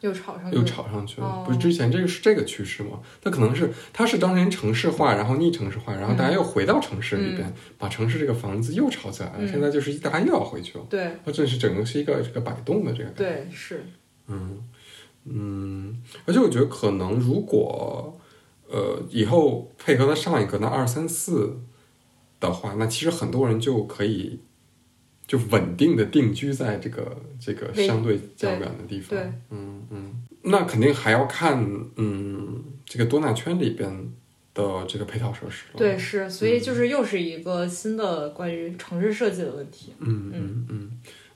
Speaker 2: 又吵上去了
Speaker 1: 又炒上去了
Speaker 2: 哦？
Speaker 1: 不是之前这个是这个趋势吗？它可能是它是当年城市化，然后逆城市化，然后
Speaker 2: 嗯
Speaker 1: 大家又回到城市里边，把城市这个房子又炒起来了。
Speaker 2: 嗯
Speaker 1: 现在就是大家又要回去了。
Speaker 2: 对
Speaker 1: 它这是整个是一个这个摆动的这个感觉，
Speaker 2: 对是，
Speaker 1: 嗯嗯，而且我觉得可能如果呃以后配合它上一个那二三四的话，那其实很多人就可以就稳定的定居在这个这个
Speaker 2: 对
Speaker 1: 相对较远的地方
Speaker 2: 对对，
Speaker 1: 嗯嗯，那肯定还要看嗯这个多纳圈里边的这个配套设施了，
Speaker 2: 对是，所以就是又是一个新的关于城市设计的问题。
Speaker 1: 嗯嗯嗯，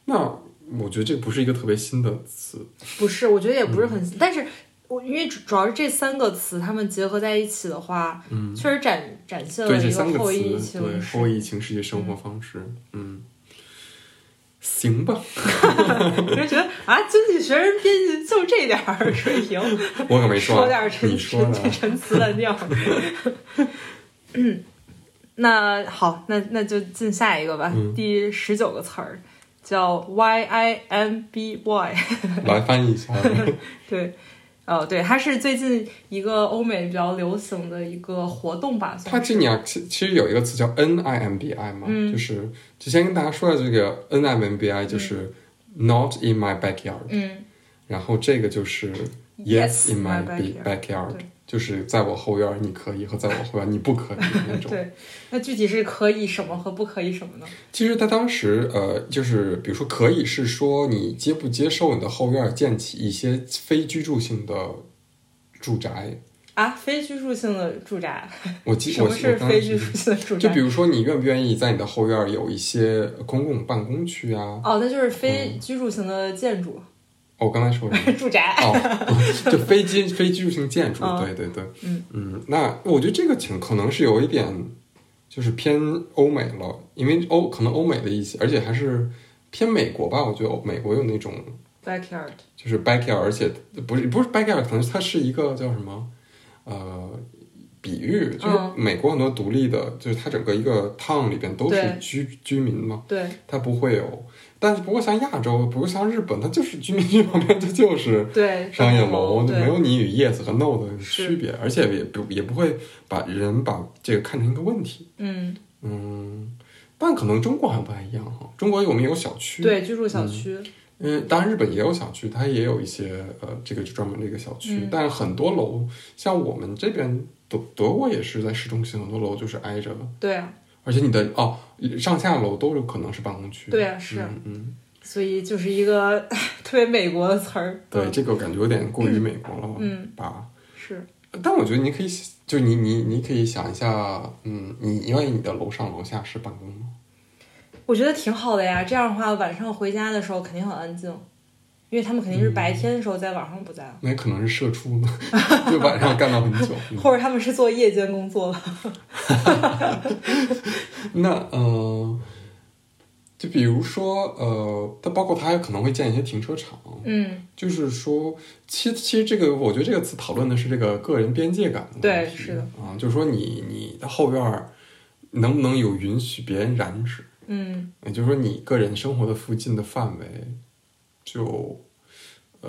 Speaker 1: 那我觉得这不是一个特别新的词，
Speaker 2: 不是，我觉得也不是很，
Speaker 1: 嗯
Speaker 2: 但是我因为主主要是这三个词，它们结合在一起的话，
Speaker 1: 嗯。
Speaker 2: 确实展展现了
Speaker 1: 对这
Speaker 2: 一
Speaker 1: 三个
Speaker 2: 后疫
Speaker 1: 词，对
Speaker 2: 情
Speaker 1: 后
Speaker 2: 时，
Speaker 1: 疫情世界生活方式，嗯，行吧，
Speaker 2: 我就觉得啊，经济学人编辑就这点儿水平。
Speaker 1: 我可没
Speaker 2: 说
Speaker 1: 啊
Speaker 2: 点儿陈
Speaker 1: 你说
Speaker 2: 陈
Speaker 1: 的
Speaker 2: 陈
Speaker 1: 啊，
Speaker 2: 陈词滥调。嗯，那好，那那就进下一个吧。
Speaker 1: 嗯
Speaker 2: 第十九个词儿叫 Y I M B Y，
Speaker 1: 来翻译一下。
Speaker 2: 对，呃，对，它是最近一个欧美比较流行的一个活动吧，
Speaker 1: 它
Speaker 2: 算是。
Speaker 1: 这里啊，其其实有一个词叫 NIMBI 嘛，
Speaker 2: 嗯
Speaker 1: 就是之前跟大家说的这个 NIMBI 就是 Not in my backyard，、
Speaker 2: 嗯
Speaker 1: 然后这个就是
Speaker 2: Yes,
Speaker 1: Yes in my
Speaker 2: my
Speaker 1: be-
Speaker 2: backyard，
Speaker 1: backyard，
Speaker 2: 对
Speaker 1: 就是在我后院儿你可以和在我后院儿你不可以那种。
Speaker 2: 对，那具体是可以什么和不可以什么呢？
Speaker 1: 其实他当时呃，就是比如说可以是说你接不接受你的后院儿建起一些非居住性的住宅。
Speaker 2: 啊，非居住性的住宅，
Speaker 1: 我记
Speaker 2: 什
Speaker 1: 我
Speaker 2: 么
Speaker 1: 我
Speaker 2: 是
Speaker 1: 当
Speaker 2: 非
Speaker 1: 时
Speaker 2: 居住性的住
Speaker 1: 就
Speaker 2: 宅
Speaker 1: 比？如说你愿不愿意在你的后院儿有一些公共办公区啊？
Speaker 2: 哦，那就是非居住型的建筑、
Speaker 1: 哦我刚才说什么？
Speaker 2: 住宅。
Speaker 1: 哦，就非居非居住性建筑，
Speaker 2: 嗯
Speaker 1: 对对对，
Speaker 2: 嗯
Speaker 1: 那我觉得这个情可能是有一点就是偏欧美了，因为欧可能欧美的一些，而且还是偏美国吧，我觉得欧美国有那种
Speaker 2: backyard
Speaker 1: 就是 backyard，而且不是不是 backyard，可能它是一个叫什么呃。比喻就是
Speaker 2: 嗯
Speaker 1: 美国很多独立的，就是它整个一个 town 里边都是
Speaker 2: 对
Speaker 1: 居居民嘛，
Speaker 2: 对
Speaker 1: 它不会有。但是不过像亚洲，不过像日本，它就是居民 区旁边，它就是
Speaker 2: 对
Speaker 1: 商业楼，就
Speaker 2: 对
Speaker 1: 没有你与 yes 和 no 的
Speaker 2: 是
Speaker 1: 区别，而且也不也不会把人把这个看成一个问题。
Speaker 2: 嗯
Speaker 1: 嗯，但可能中国还不太一样哈。中国我们有小区，，
Speaker 2: 对居住小区、
Speaker 1: 嗯，当然日本也有小区，它也有一些呃，这个就专门的一个小区，
Speaker 2: 嗯
Speaker 1: 但很多楼，像我们这边德德国也是在市中心，很多楼就是挨着，
Speaker 2: 对啊
Speaker 1: 而且你的哦上下楼都有可能是办公区。
Speaker 2: 对啊是啊
Speaker 1: 嗯嗯，
Speaker 2: 所以就是一个 特别美国的词儿。
Speaker 1: 对，
Speaker 2: 嗯
Speaker 1: 这个感觉有点过于美国了，
Speaker 2: 嗯
Speaker 1: 吧？
Speaker 2: 是
Speaker 1: 但我觉得你可以，就你你你可以想一下，嗯，你你愿意你的楼上楼下是办公吗？
Speaker 2: 我觉得挺好的呀。这样的话，晚上回家的时候肯定很安静，因为他们肯定是
Speaker 1: 嗯
Speaker 2: 白天的时候在，晚上不在了。
Speaker 1: 那也可能是社畜呢， 就晚上干到很久。嗯
Speaker 2: 或者他们是做夜间工作了，
Speaker 1: 那呃，就比如说呃，它包括它还可能会建一些停车场，
Speaker 2: 嗯，
Speaker 1: 就是说，其其实这个我觉得这个词讨论的是这个个人边界感的问
Speaker 2: 对
Speaker 1: 题
Speaker 2: 是的
Speaker 1: 啊，就是说你你的后院儿能不能有允许别人染指？
Speaker 2: 嗯，
Speaker 1: 也就是说，你个人生活的附近的范围，就呃，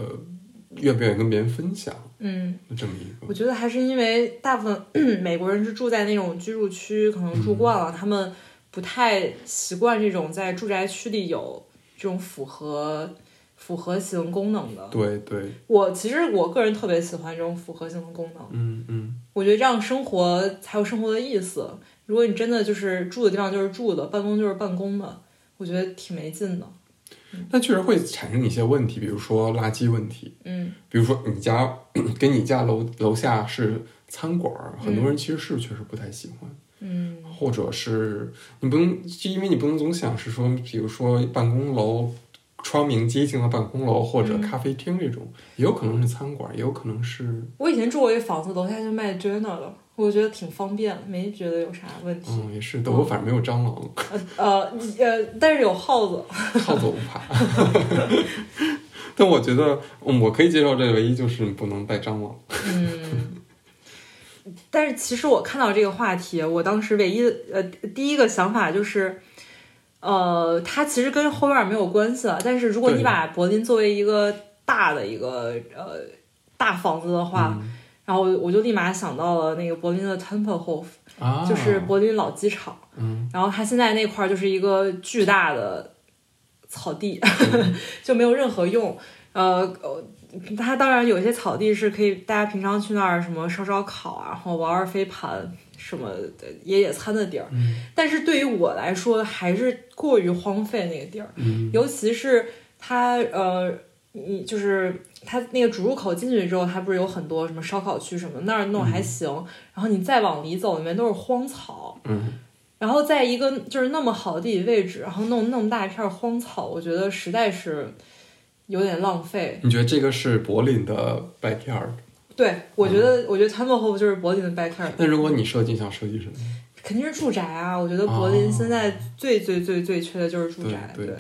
Speaker 1: 愿不愿意跟别人分享
Speaker 2: 嗯，
Speaker 1: 这么一
Speaker 2: 我
Speaker 1: 个，
Speaker 2: 觉得还是因为大部分 美国人是住在那种居住区，可能住惯
Speaker 1: 嗯
Speaker 2: 了，他们不太习惯这种在住宅区里有这种符合复合型功能的。
Speaker 1: 对对，
Speaker 2: 我其实我个人特别喜欢这种复合型的功能，
Speaker 1: 嗯嗯，
Speaker 2: 我觉得这样生活才有生活的意思。如果你真的就是住的地方就是住的，办公就是办公的，我觉得挺没劲的。
Speaker 1: 但确实会产生一些问题，比如说垃圾问题，
Speaker 2: 嗯，
Speaker 1: 比如说你家 跟你家楼楼下是餐馆儿，很多人其实是确实不太喜欢，
Speaker 2: 嗯，
Speaker 1: 或者是你不能，就因为你不能总想是说，比如说办公楼。窗明几净的办公楼或者
Speaker 2: 嗯
Speaker 1: 咖啡厅这种，也有可能是餐馆儿，也有可能是
Speaker 2: 我以前住过一房子，楼下就卖 dinner 的，我觉得挺方便，没觉得有啥问题。
Speaker 1: 嗯，也是，但我反正没有蟑螂，
Speaker 2: 呃呃，但是有耗子，
Speaker 1: 耗子我不怕。 但我觉得嗯我可以接受这唯一就是你不能带蟑螂。
Speaker 2: 嗯。但是其实我看到这个话题，我当时唯一的呃第一个想法就是，呃，它其实跟后院没有关系了。但是如果你
Speaker 1: 对
Speaker 2: 把柏林作为一个大的一个呃大房子的话，
Speaker 1: 嗯
Speaker 2: 然后我就立马想到了那个柏林的 Tempelhof，、
Speaker 1: 啊，
Speaker 2: 就是柏林老机场。
Speaker 1: 嗯，
Speaker 2: 然后它现在那块儿就是一个巨大的草地，
Speaker 1: 嗯
Speaker 2: 就没有任何用。呃，呃它当然有一些草地是可以大家平常去那儿什么烧烧烤啊，然后玩玩飞盘什么的野野餐的地儿。
Speaker 1: 嗯
Speaker 2: 但是对于我来说，还是过于荒废那个地儿。
Speaker 1: 嗯
Speaker 2: 尤其是它呃，你就是它那个主入口进去之后，它不是有很多什么烧烤区什么那儿弄还行，然后你再往里走，里面都是荒草，
Speaker 1: 嗯，
Speaker 2: 然后在一个就是那么好的地理位置，然后弄那么大一片荒草，我觉得实在是有点浪费。
Speaker 1: 你觉得这个是柏林的 backyard？
Speaker 2: 对我觉
Speaker 1: 嗯
Speaker 2: 得，我觉得他们会不会就是柏林的 backyard，
Speaker 1: 那如果你设计想设计什么？
Speaker 2: 肯定是住宅啊。我觉得柏林
Speaker 1: 哦
Speaker 2: 现在最最最最缺的就是住
Speaker 1: 对
Speaker 2: 宅，
Speaker 1: 对对，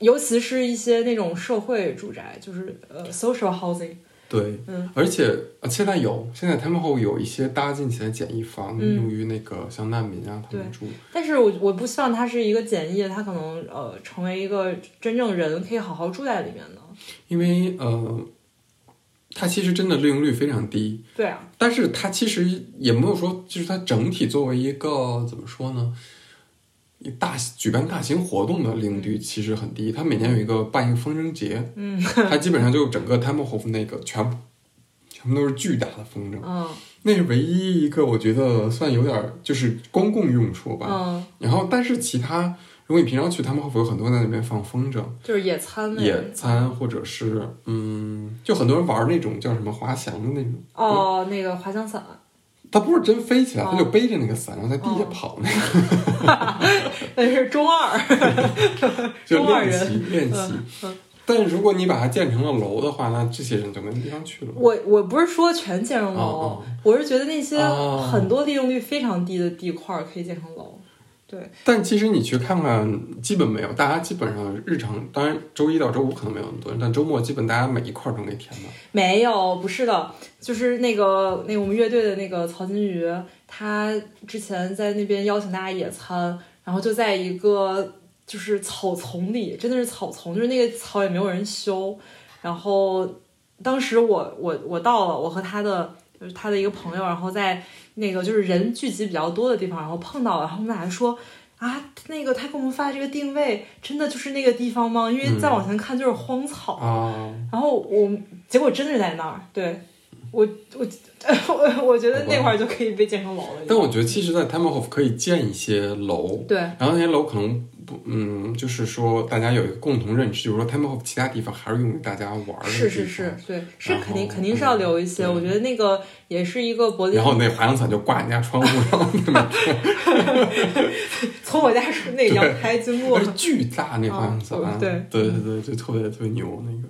Speaker 2: 尤其是一些那种社会住宅，就是呃 social housing。
Speaker 1: 对，
Speaker 2: 嗯，
Speaker 1: 而且呃现在有，现在他们会有一些搭建起来简易房，
Speaker 2: 嗯
Speaker 1: 用于那个像难民啊他们
Speaker 2: 对
Speaker 1: 住。
Speaker 2: 但是我我不希望它是一个简易，它可能呃成为一个真正人可以好好住在里面的。
Speaker 1: 因为呃，它其实真的利用率非常低，
Speaker 2: 对啊，
Speaker 1: 但是它其实也没有说，就是它整体作为一个怎么说呢，一大举办大型活动的利用率其实很低。它每年有一个办一个风筝 节，
Speaker 2: 嗯
Speaker 1: 它基本上就整个 Templehof 那个全部全部都是巨大的风筝，
Speaker 2: 嗯
Speaker 1: 那是唯一一个我觉得算有点儿就是公共用处吧。
Speaker 2: 嗯，
Speaker 1: 然后，但是其他如果你平常去 Templehof 有很多在那边放风筝。
Speaker 2: 就是野餐那
Speaker 1: 野
Speaker 2: 种。
Speaker 1: 餐，或者是嗯，就很多人玩那种叫什么滑翔的那种，
Speaker 2: 哦，那个滑翔伞，
Speaker 1: 它不是真飞起来，
Speaker 2: 哦
Speaker 1: 它就背着那个伞，然后在地下跑，那个
Speaker 2: 那是中二。
Speaker 1: 就
Speaker 2: 中二
Speaker 1: 练
Speaker 2: 人
Speaker 1: 习练习
Speaker 2: 嗯。
Speaker 1: 但如果你把它建成了楼的话，那这些人就没地方去了。
Speaker 2: 我我不是说全建成楼
Speaker 1: 哦，
Speaker 2: 我是觉得那些
Speaker 1: 哦
Speaker 2: 很多利用率非常低的地块儿可以建成楼。对，
Speaker 1: 但其实你去看看，基本没有，大家基本上日常，当然周一到周五可能没有那么多人，但周末基本大家每一块儿都给填满。
Speaker 2: 没有，不是的，就是那个那个我们乐队的那个曹金鱼，他之前在那边邀请大家野餐，然后就在一个就是草丛里，真的是草丛，就是那个草也没有人修。然后当时我我我到了，我和他的就是他的一个朋友，然后在那个就是人聚集比较多的地方，然后碰到了，然后我们俩还说。啊，那个他给我们发的这个定位，真的就是那个地方吗？因为再
Speaker 1: 嗯
Speaker 2: 往前看就是荒草，
Speaker 1: 啊，
Speaker 2: 然后我结果真的在那儿，对我我 我我觉得那块儿就可以被建成楼了。
Speaker 1: 但我觉得其实，在 t e m p l e h o f 可以建一些楼，
Speaker 2: 对
Speaker 1: 然后那些楼可能不，嗯，就是说大家有一个共同认知，就是说 t e m p l e h o f 其他地方还是用于大家玩儿的，
Speaker 2: 是是是。，对，是
Speaker 1: 然后
Speaker 2: 肯定肯定是要留一些。
Speaker 1: 嗯对
Speaker 2: 我觉得那个也是一个柏林
Speaker 1: 然，后那滑翔伞就挂人家窗户上，那么
Speaker 2: 从我家那个阳台经过
Speaker 1: 那。 巨大那滑翔
Speaker 2: 哦
Speaker 1: 伞，啊
Speaker 2: 对
Speaker 1: 对对对，就特别特别牛那个。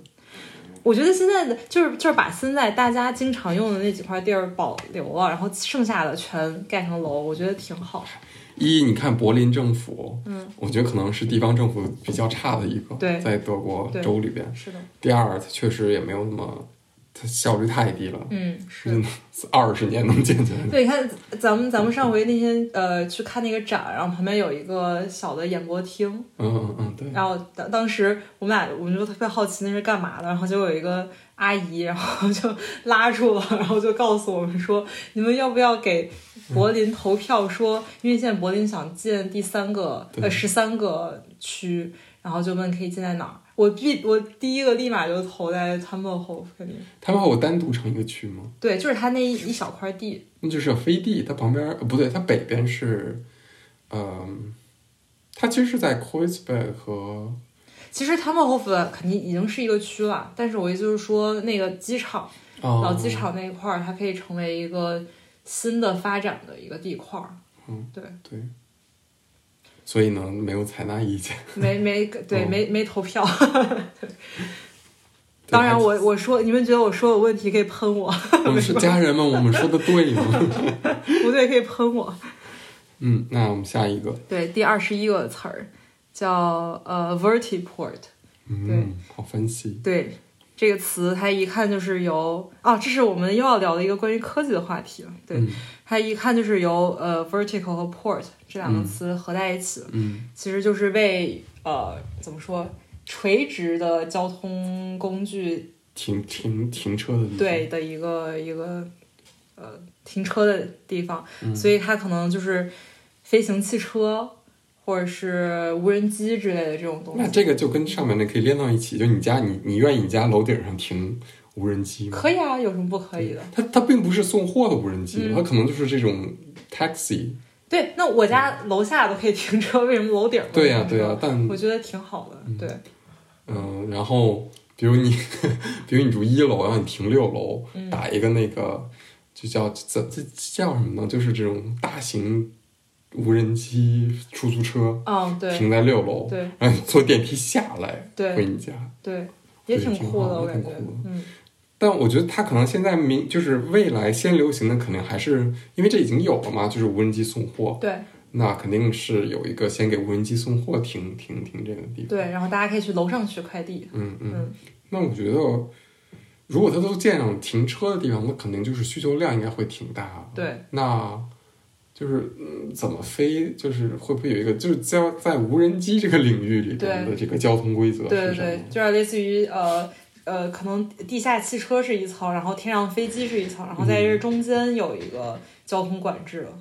Speaker 2: 我觉得现在的就是就是把现在大家经常用的那几块地儿保留了，然后剩下的全盖成楼，我觉得挺好。
Speaker 1: 一，你看柏林政府，
Speaker 2: 嗯，
Speaker 1: 我觉得可能是地方政府比较差的一个，
Speaker 2: 对
Speaker 1: 在德国
Speaker 2: 对
Speaker 1: 州里边。
Speaker 2: 是的，
Speaker 1: 第二，它确实也没有那么，它效率太低了，
Speaker 2: 嗯，是。
Speaker 1: 真的二十年能建起来的。
Speaker 2: 对，你看咱们咱们上回那天呃去看那个展，然后旁边有一个小的演播厅，
Speaker 1: 嗯嗯嗯，对。
Speaker 2: 然后当当时我们俩我们就特别好奇那是干嘛的，然后结果有一个阿姨，然后就 拉住了，然后就告诉我们说，你们要不要给柏林投票说，因为现在柏林想建第三个
Speaker 1: 对
Speaker 2: 呃十三个区，然后就问可以建在哪儿。我必我第一个立马就投在他们后肯定
Speaker 1: 他们还有单独成一个区吗？
Speaker 2: 对，就是他那一一小块地，
Speaker 1: 那就是飞地，它旁边儿呃不对，它北边是，嗯，它其实是在 Kreuzberg 和
Speaker 2: 其实他们后肯定已经是一个区了，但是我意思就是说那个机场。
Speaker 1: 哦
Speaker 2: 老机场那一块儿，它可以成为一个新的发展的一个地块儿。
Speaker 1: 嗯，
Speaker 2: 对，
Speaker 1: 对，所以呢没有采纳 意见。
Speaker 2: 没没对
Speaker 1: 嗯
Speaker 2: 没没投票。
Speaker 1: 对
Speaker 2: 当然
Speaker 1: 还
Speaker 2: 我，我说你们觉得我说有问题可以喷我，
Speaker 1: 我们是家人们，我们说的对 吗？
Speaker 2: 不对可以喷我。
Speaker 1: 嗯，那我们下一个，
Speaker 2: 对，第二十一个词儿叫呃 vertiport。对
Speaker 1: 嗯，好分析，
Speaker 2: 对，这个词它一看就是由啊，这是我们又要聊的一个关于科技的话题了。对，
Speaker 1: 嗯
Speaker 2: 它一看就是由呃 vertical 和 port 这两个
Speaker 1: 嗯
Speaker 2: 词合在一起。
Speaker 1: 嗯
Speaker 2: 其实就是为呃怎么说垂直的交通工具
Speaker 1: 停停停车的地方，
Speaker 2: 对的一个一个呃停车的地方，
Speaker 1: 嗯
Speaker 2: 所以它可能就是飞行汽车或者是无人机之类的这种东
Speaker 1: 那
Speaker 2: 西。
Speaker 1: 这个就跟上面那可以连到一起，就你家你你愿意你家楼顶上停无人机吗？
Speaker 2: 可以啊，有什么不可以的？
Speaker 1: 它它并不是送货的无人机，
Speaker 2: 嗯
Speaker 1: 它可能就是这种 taxi。
Speaker 2: 对，那我家楼下都可以停车，为什么楼顶不能
Speaker 1: 对呀、
Speaker 2: 停车
Speaker 1: 对呀、，嗯但
Speaker 2: 我觉得挺好的。对，
Speaker 1: 嗯，然后比如你， 比如你住一楼，然后你停六楼，
Speaker 2: 嗯
Speaker 1: 打一个那个就叫这这叫什么呢？就是这种大型无人机出租车
Speaker 2: 嗯，对
Speaker 1: 停在六楼，
Speaker 2: 对
Speaker 1: 然后你坐电梯下来
Speaker 2: 对
Speaker 1: 回你家。
Speaker 2: 对，也挺酷
Speaker 1: 对挺
Speaker 2: 的，
Speaker 1: 好
Speaker 2: 我感觉
Speaker 1: 挺酷的，
Speaker 2: 嗯，
Speaker 1: 但我觉得它可能现在明就是未来先流行的，肯定还是因为这已经有了嘛，就是无人机送货，
Speaker 2: 对
Speaker 1: 那肯定是有一个先给无人机送货停停停这个地方。
Speaker 2: 对，然后大家可以去楼上取快递，
Speaker 1: 嗯嗯
Speaker 2: 嗯，
Speaker 1: 那我觉得如果它都建上停车的地方，那肯定就是需求量应该会挺大的。
Speaker 2: 对，
Speaker 1: 那就是嗯，怎么飞，就是会不会有一个，就是交在无人机这个领域里边
Speaker 2: 对
Speaker 1: 的这个交通规则
Speaker 2: 对对
Speaker 1: 是什么
Speaker 2: 对，就是类似于呃呃，可能地下汽车是一层，然后天上飞机是一层，然后在
Speaker 1: 嗯
Speaker 2: 这中间有一个交通管制了。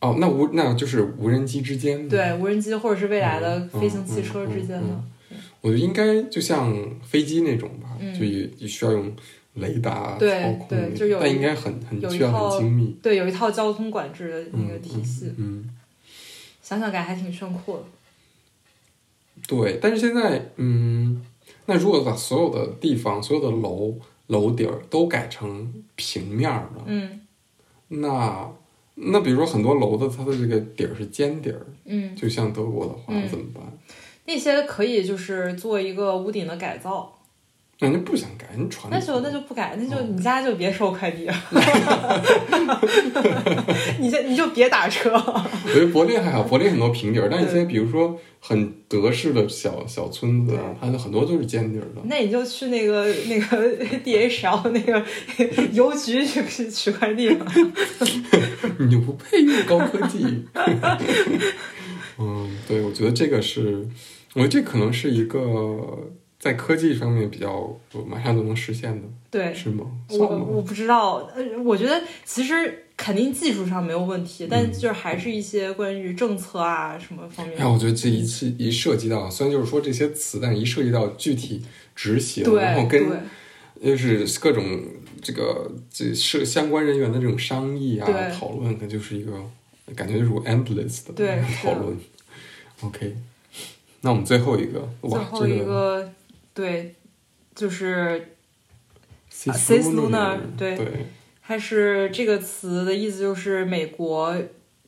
Speaker 1: 哦，那无那就是无人机之间的，
Speaker 2: 对，无人机或者是未来的飞行汽车之间
Speaker 1: 嗯嗯嗯
Speaker 2: 的
Speaker 1: 嗯，我觉得应该就像飞机那种吧，
Speaker 2: 嗯
Speaker 1: 就也也需要用雷达
Speaker 2: 对
Speaker 1: 操控
Speaker 2: 对
Speaker 1: 那
Speaker 2: 就有
Speaker 1: 但应该很很
Speaker 2: 有一
Speaker 1: 需要
Speaker 2: 套
Speaker 1: 很精密。
Speaker 2: 对，有一套交通管制的那个
Speaker 1: 嗯
Speaker 2: 体系，
Speaker 1: 嗯，
Speaker 2: 想想感觉还挺炫酷的。
Speaker 1: 对。但是现在，嗯，那如果把所有的地方、所有的楼楼顶儿都改成平面儿的，
Speaker 2: 嗯
Speaker 1: 那那比如说很多楼的它的这个底儿是尖底儿，
Speaker 2: 嗯，
Speaker 1: 就像德国的话、
Speaker 2: 嗯
Speaker 1: 怎么办？
Speaker 2: 那些可以就是做一个屋顶的改造，
Speaker 1: 那你不想改，你传
Speaker 2: 那就
Speaker 1: 统
Speaker 2: 那就不改，那就
Speaker 1: 嗯
Speaker 2: 你家就别收快递 了， 你就你就别打车。
Speaker 1: 我觉得柏林还好，柏林很多平底儿，但是
Speaker 2: 对
Speaker 1: 现在比如说很德式的小小村子啊，它的很多都是尖底儿的。
Speaker 2: 那你就去那个那个 DHL 那个 邮局去去取快递吧。
Speaker 1: 你就不配用高科技。 嗯，对，我觉得这个是，我觉得这可能是一个在科技方面比较马上就能实现的，
Speaker 2: 对，
Speaker 1: 是吗？
Speaker 2: 我
Speaker 1: 算吗？
Speaker 2: 我不知道，呃，我觉得其实肯定技术上没有问题，但就是还是一些关于政策啊什么方面
Speaker 1: 嗯哎呀，。我觉得这一期一涉及到，虽然就是说这些词，但一涉及到具体执行，
Speaker 2: 对
Speaker 1: 然后跟
Speaker 2: 对
Speaker 1: 就是各种这个这是相关人员的这种商议啊
Speaker 2: 对
Speaker 1: 讨论，那就是一个感觉就是 endless 的
Speaker 2: 对是
Speaker 1: 讨论。OK，那我们最后一个，
Speaker 2: 最
Speaker 1: 哇，
Speaker 2: 后一
Speaker 1: 这个
Speaker 2: 个对，就是啊
Speaker 1: Cis
Speaker 2: Cis Lunar，对
Speaker 1: 对，
Speaker 2: 它是这个词的意思就是美国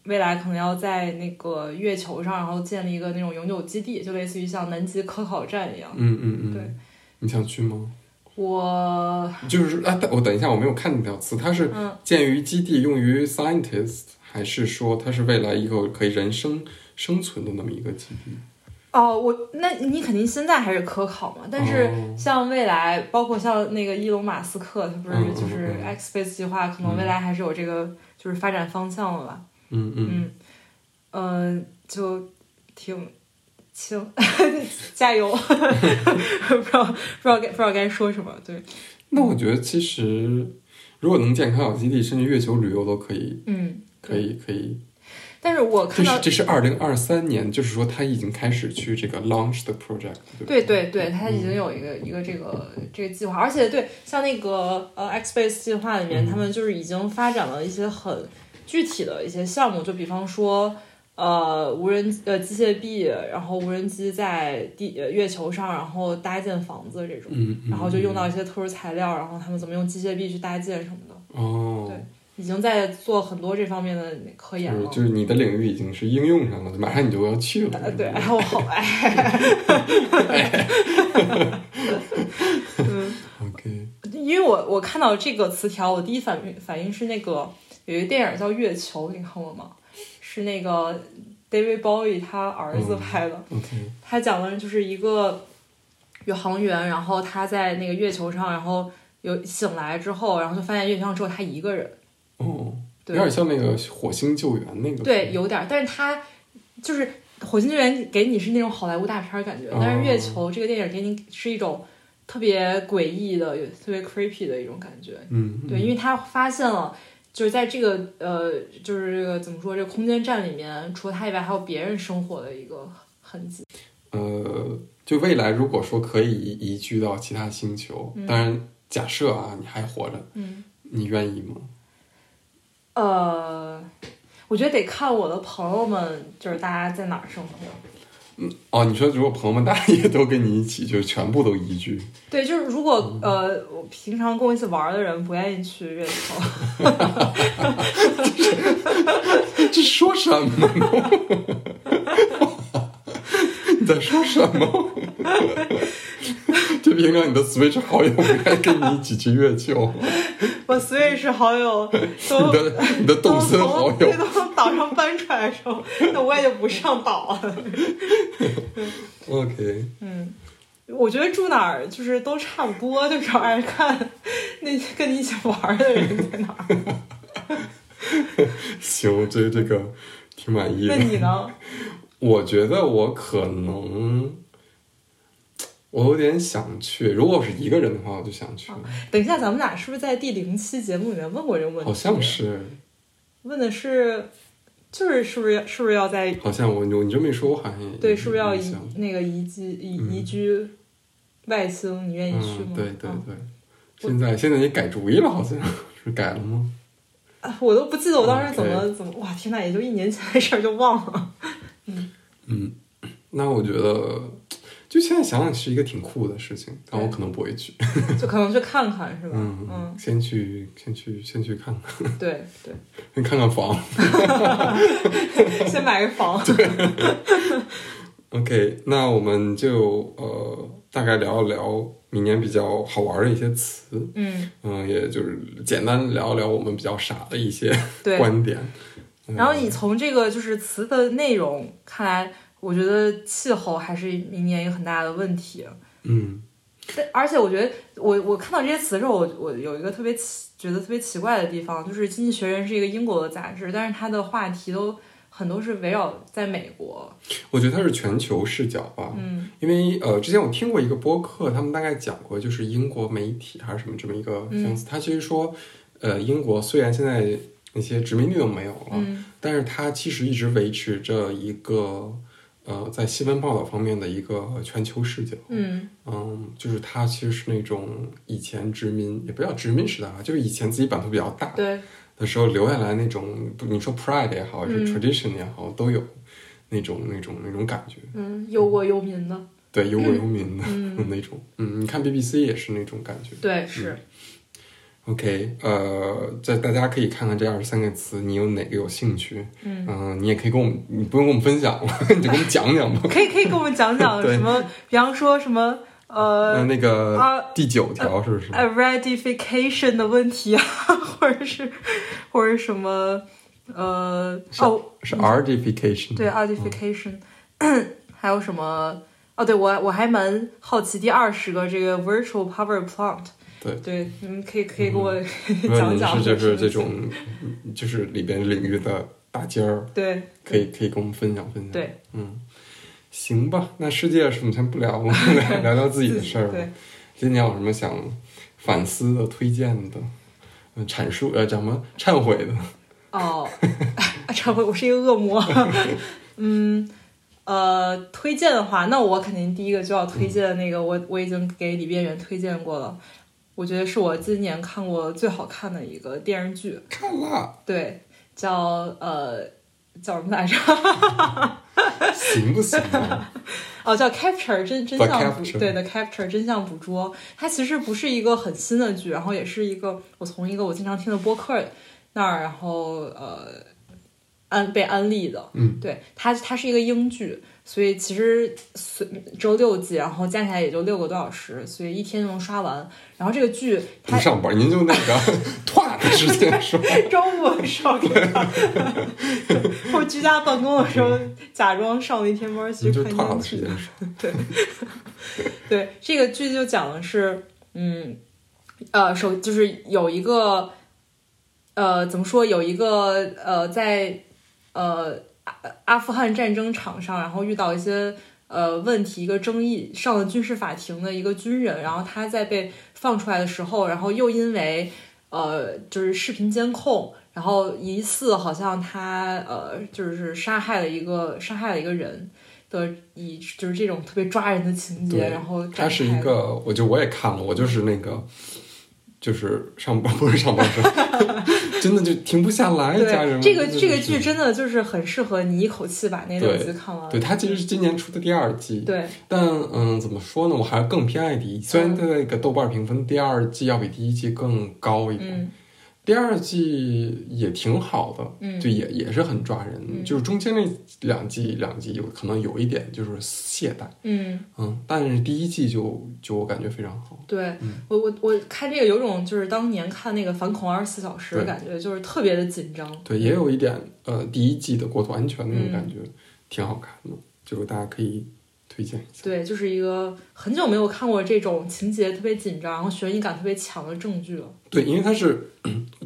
Speaker 2: 未来可能要在那个月球上，然后建立一个那种永久基地，就类似于像南极科考站一样。
Speaker 1: 嗯嗯嗯，
Speaker 2: 对，
Speaker 1: 你想去吗？
Speaker 2: 我
Speaker 1: 就是啊，等我等一下，我没有看那条词，它是
Speaker 2: 嗯
Speaker 1: 鉴于基地用于 scientist，还是说它是未来以后可以人生生存的那么一个基地？
Speaker 2: 哦，我那你肯定现在还是科考嘛，但是
Speaker 1: 哦
Speaker 2: 像未来，包括像那个伊隆马斯克，他不
Speaker 1: 嗯嗯
Speaker 2: 是就是 X Space 计划，可能未来还是有这个就是发展方向的吧。
Speaker 1: 嗯嗯，
Speaker 2: 嗯，呃，就挺挺 加油， 不知道不知道该不知道该说什么。对，
Speaker 1: 那我觉得其实如果能建科考基地，甚至月球旅游都可以，
Speaker 2: 嗯，
Speaker 1: 可以可以。
Speaker 2: 但是我
Speaker 1: 这
Speaker 2: 看
Speaker 1: 是
Speaker 2: 到，
Speaker 1: 这是二零二三年，就是说他已经开始去这个 launch 的 project，对不嗯
Speaker 2: 对对对，他已经有一个一个这个这个计划，而且对，像那个呃 X Space 计划里
Speaker 1: 嗯
Speaker 2: 面，他们就是已经发展了一些很具体的一些项目，就比方说。呃，无人呃机械臂，然后无人机在地呃月球上，然后搭建房子这种，
Speaker 1: 嗯，嗯
Speaker 2: 然后就用到一些特殊材料，然后他们怎么用机械臂去搭建什么的，
Speaker 1: 哦，
Speaker 2: 对已经在做很多这方面的科研
Speaker 1: 就是
Speaker 2: 了。
Speaker 1: 就是你的领域已经是应用上了，马上你就要去了。
Speaker 2: 呃，对，哎，我好爱。嗯，
Speaker 1: OK，
Speaker 2: 因为我我看到这个词条，我第一反应反应是那个有一个电影叫《月球》，你看过吗？是那个 David Bowie 他儿子拍的，
Speaker 1: 嗯 OK，
Speaker 2: 他讲的就是一个宇航员，然后他在那个月球上，然后有醒来之后，然后就发现月球上只有他一个人。
Speaker 1: 哦，有
Speaker 2: 对，
Speaker 1: 点像那个火星救援那个。
Speaker 2: 对，有点儿，但是它就是《火星救援》给你是那种好莱坞大片儿感
Speaker 1: 哦
Speaker 2: 觉，但是《月球》这个电影给你是一种特别诡异的、有特别 creepy 的一种感觉。
Speaker 1: 嗯，嗯，
Speaker 2: 对，因为他发现了，就是在这个呃，就是这个怎么说，这个空间站里面，除了他以外，还有别人生活的一个痕迹。
Speaker 1: 呃，就未来如果说可以移移居到其他星球，
Speaker 2: 嗯
Speaker 1: 当然假设啊，你还活着，
Speaker 2: 嗯，
Speaker 1: 你愿意吗？
Speaker 2: 呃，我觉得得看我的朋友们，就是大家在哪儿生活。
Speaker 1: 哦，你说如果朋友们大家也都跟你一起，就是全部都移居，
Speaker 2: 对，就是如果
Speaker 1: 嗯
Speaker 2: 呃，我平常跟我一起玩儿的人不愿意去月球，
Speaker 1: 这说什么呢？ 你在说什么？ 这平常你的 Switch 好友不该跟你一起去月
Speaker 2: 哦
Speaker 1: 球，
Speaker 2: 我 Switch 好友
Speaker 1: 你
Speaker 2: 都都
Speaker 1: 的你的动森好友
Speaker 2: 从都从岛上搬出来的时候，那我也就不上岛了。
Speaker 1: ，OK，
Speaker 2: 嗯，我觉得住哪儿就是都差不多，就是爱看那些跟你一起玩的人在哪儿。
Speaker 1: 行，我对这个挺满意
Speaker 2: 那
Speaker 1: 的。
Speaker 2: 你呢？
Speaker 1: 我觉得我可能，我有点想去。如果我是一个人的话，我就想去，
Speaker 2: 等一下，咱们俩是不是在第零期节目里面问过这个问题？
Speaker 1: 好像是，
Speaker 2: 问的是，就是是不是是不是要在
Speaker 1: 好像我你你这么一说，我好像也
Speaker 2: 对，是不是要
Speaker 1: 有
Speaker 2: 移
Speaker 1: 印象
Speaker 2: 那个移居移
Speaker 1: 嗯
Speaker 2: 移居外星？你愿意去吗
Speaker 1: 嗯，？对对
Speaker 2: 啊
Speaker 1: 对，现在现在也改主意了，好像 是改了吗？
Speaker 2: 啊，我都不记得我当时怎么
Speaker 1: OK
Speaker 2: 怎么哇，天呐，也就一年前的事儿就忘了。
Speaker 1: 嗯，那我觉得，就现在想想是一个挺酷的事情，但我可能不会去。
Speaker 2: 就可能去看看是吧？
Speaker 1: 嗯，先去先去先去看看，
Speaker 2: 嗯对对，
Speaker 1: 先看 看房。
Speaker 2: 先买个房。
Speaker 1: OK，那我们就呃大概聊一聊明年比较好玩的一些词，
Speaker 2: 嗯，
Speaker 1: 嗯、也就是简单聊一聊我们比较傻的一些
Speaker 2: 对。
Speaker 1: 观点。嗯
Speaker 2: 然后你从这个就是词的内容看来，我觉得气候还是明年一个很大的问题。
Speaker 1: 嗯
Speaker 2: 但而且我觉得我，我看到这些词的时候，我我有一个特别奇，觉得特别奇怪的地方，就是《经济学人》是一个英国的杂志，但是它的话题都很多是围绕在美国。
Speaker 1: 我觉得它是全球视角吧，
Speaker 2: 嗯
Speaker 1: 因为呃，之前我听过一个播客，他们大概讲过，就是英国媒体还是什么这么一个
Speaker 2: 嗯
Speaker 1: 相似。他其实说，呃，英国虽然现在那些殖民地都没有了，
Speaker 2: 嗯
Speaker 1: 但是它其实一直维持着一个呃，在新闻报道方面的一个全球视角。
Speaker 2: 嗯
Speaker 1: 嗯，就是它其实是那种以前殖民，也不叫殖民时代啊，就是以前自己版图比较大，
Speaker 2: 对，
Speaker 1: 的时候留下来那种，不你说 pride 也好，还是
Speaker 2: 嗯
Speaker 1: tradition 也好，都有那种那种那种感觉。
Speaker 2: 嗯，忧国忧民的，
Speaker 1: 对，忧国忧民的、
Speaker 2: 嗯
Speaker 1: 那种。嗯，你看 BBC 也是那种感觉。
Speaker 2: 对，是，
Speaker 1: OK，呃，这大家可以看看这二十三个词，你有哪个有兴趣？
Speaker 2: 嗯
Speaker 1: 嗯、你也可以跟我们，你不用跟我们分享了， 你就跟我们讲讲吧。
Speaker 2: 可以可以跟我们讲讲
Speaker 1: 对
Speaker 2: 什么，比方说什么
Speaker 1: 呃，
Speaker 2: 呃
Speaker 1: 那个
Speaker 2: 啊
Speaker 1: 第九条是不是？
Speaker 2: 呃 ratification 的问题啊， 或者是或者什么呃
Speaker 1: 是嗯
Speaker 2: 哦，
Speaker 1: 是 artification。
Speaker 2: 对 artification，、还有什么？哦，对我我还蛮好奇第二十个这个 virtual power plant。
Speaker 1: 对
Speaker 2: 对，你们可以可以给我、
Speaker 1: 嗯如果
Speaker 2: 讲
Speaker 1: 您
Speaker 2: 讲
Speaker 1: 是
Speaker 2: 这
Speaker 1: 就是这
Speaker 2: 个
Speaker 1: 种，嗯就是里边领域的大尖儿，
Speaker 2: 对
Speaker 1: 可以可以跟我们分享分享。
Speaker 2: 对，
Speaker 1: 嗯，行吧，那世界的事我们先不聊，我们 来 聊聊自己的事儿吧。
Speaker 2: 对，
Speaker 1: 今年有什么想反思的、推荐的、嗯，阐述呃叫什么忏悔的？
Speaker 2: 哦，啊， 忏悔，我是一个恶魔。 嗯，呃，推荐的话，那我肯定第一个就要推荐那个，我我已经给李边缘推荐过了，我觉得是我今年看过最好看的一个电视剧，
Speaker 1: 看啦，
Speaker 2: 对，叫呃叫什么来着？
Speaker 1: 行不行 啊？
Speaker 2: 哦，叫 Capture 真真
Speaker 1: The
Speaker 2: 相捕
Speaker 1: Capture
Speaker 2: 对的 Capture 真相捕捉，它其实不是一个很新的剧，然后也是一个我从一个我经常听的播客那儿，然后呃安被安利的，
Speaker 1: 嗯，
Speaker 2: 对它它是一个英剧，所以其实随周六季，然后加起来也就六个多小时，所以一天就能刷完。然后这个剧它
Speaker 1: 不上班，您就那 个唰的直接说，
Speaker 2: 中午的时候给他，或者居家办公的时候，假装上了一天班去
Speaker 1: 您就
Speaker 2: 看
Speaker 1: 唰
Speaker 2: 英
Speaker 1: 的直
Speaker 2: 剧
Speaker 1: 接。说。
Speaker 2: 对， 这个剧就讲的是，嗯，呃，首就是有一个，呃，怎么说，有一个呃，在呃阿阿富汗战争场上，然后遇到一些呃问题，一个争议，上了军事法庭的一个军人，然后他在被放出来的时候，然后又因为呃，就是视频监控。然后疑似好像他呃，就是杀害了一个杀害了一个人的，以就是这种特别抓人的情节，
Speaker 1: 对
Speaker 2: 然后
Speaker 1: 它
Speaker 2: 展
Speaker 1: 是
Speaker 2: 开
Speaker 1: 一
Speaker 2: 了
Speaker 1: 个，我就我也看了，我就是那个，就是上班 不是上班时候，真的就停不下来，家人
Speaker 2: 对，
Speaker 1: 们。
Speaker 2: 这个
Speaker 1: 真的
Speaker 2: 这个
Speaker 1: 是
Speaker 2: 剧真的就是很适合你一口气把那两集看完。
Speaker 1: 对，它其实是今年出的第二季。
Speaker 2: 对
Speaker 1: 但嗯，怎么说呢？我还是更偏爱第一季，虽然它那个豆瓣评分第二季要比第一季更高一点，
Speaker 2: 嗯
Speaker 1: 第二季也挺好的，
Speaker 2: 嗯
Speaker 1: 就也也是很抓人，
Speaker 2: 嗯
Speaker 1: 就是中间那两季两季有可能有一点就是懈怠，
Speaker 2: 嗯，
Speaker 1: 嗯，但是第一季就就我感觉非常好，
Speaker 2: 对
Speaker 1: 嗯
Speaker 2: 我我我看这个有种就是当年看那个《反恐二十四小时》的
Speaker 1: 对
Speaker 2: 感觉，就是特别的紧张。
Speaker 1: 对，也
Speaker 2: 嗯
Speaker 1: 有一点呃第一季的国土安全那种感觉，挺好看的，就是大家可以推荐一下。
Speaker 2: 对，就是一个很久没有看过这种情节特别紧张、然后悬疑感特别强的正剧了。
Speaker 1: 对，因为它是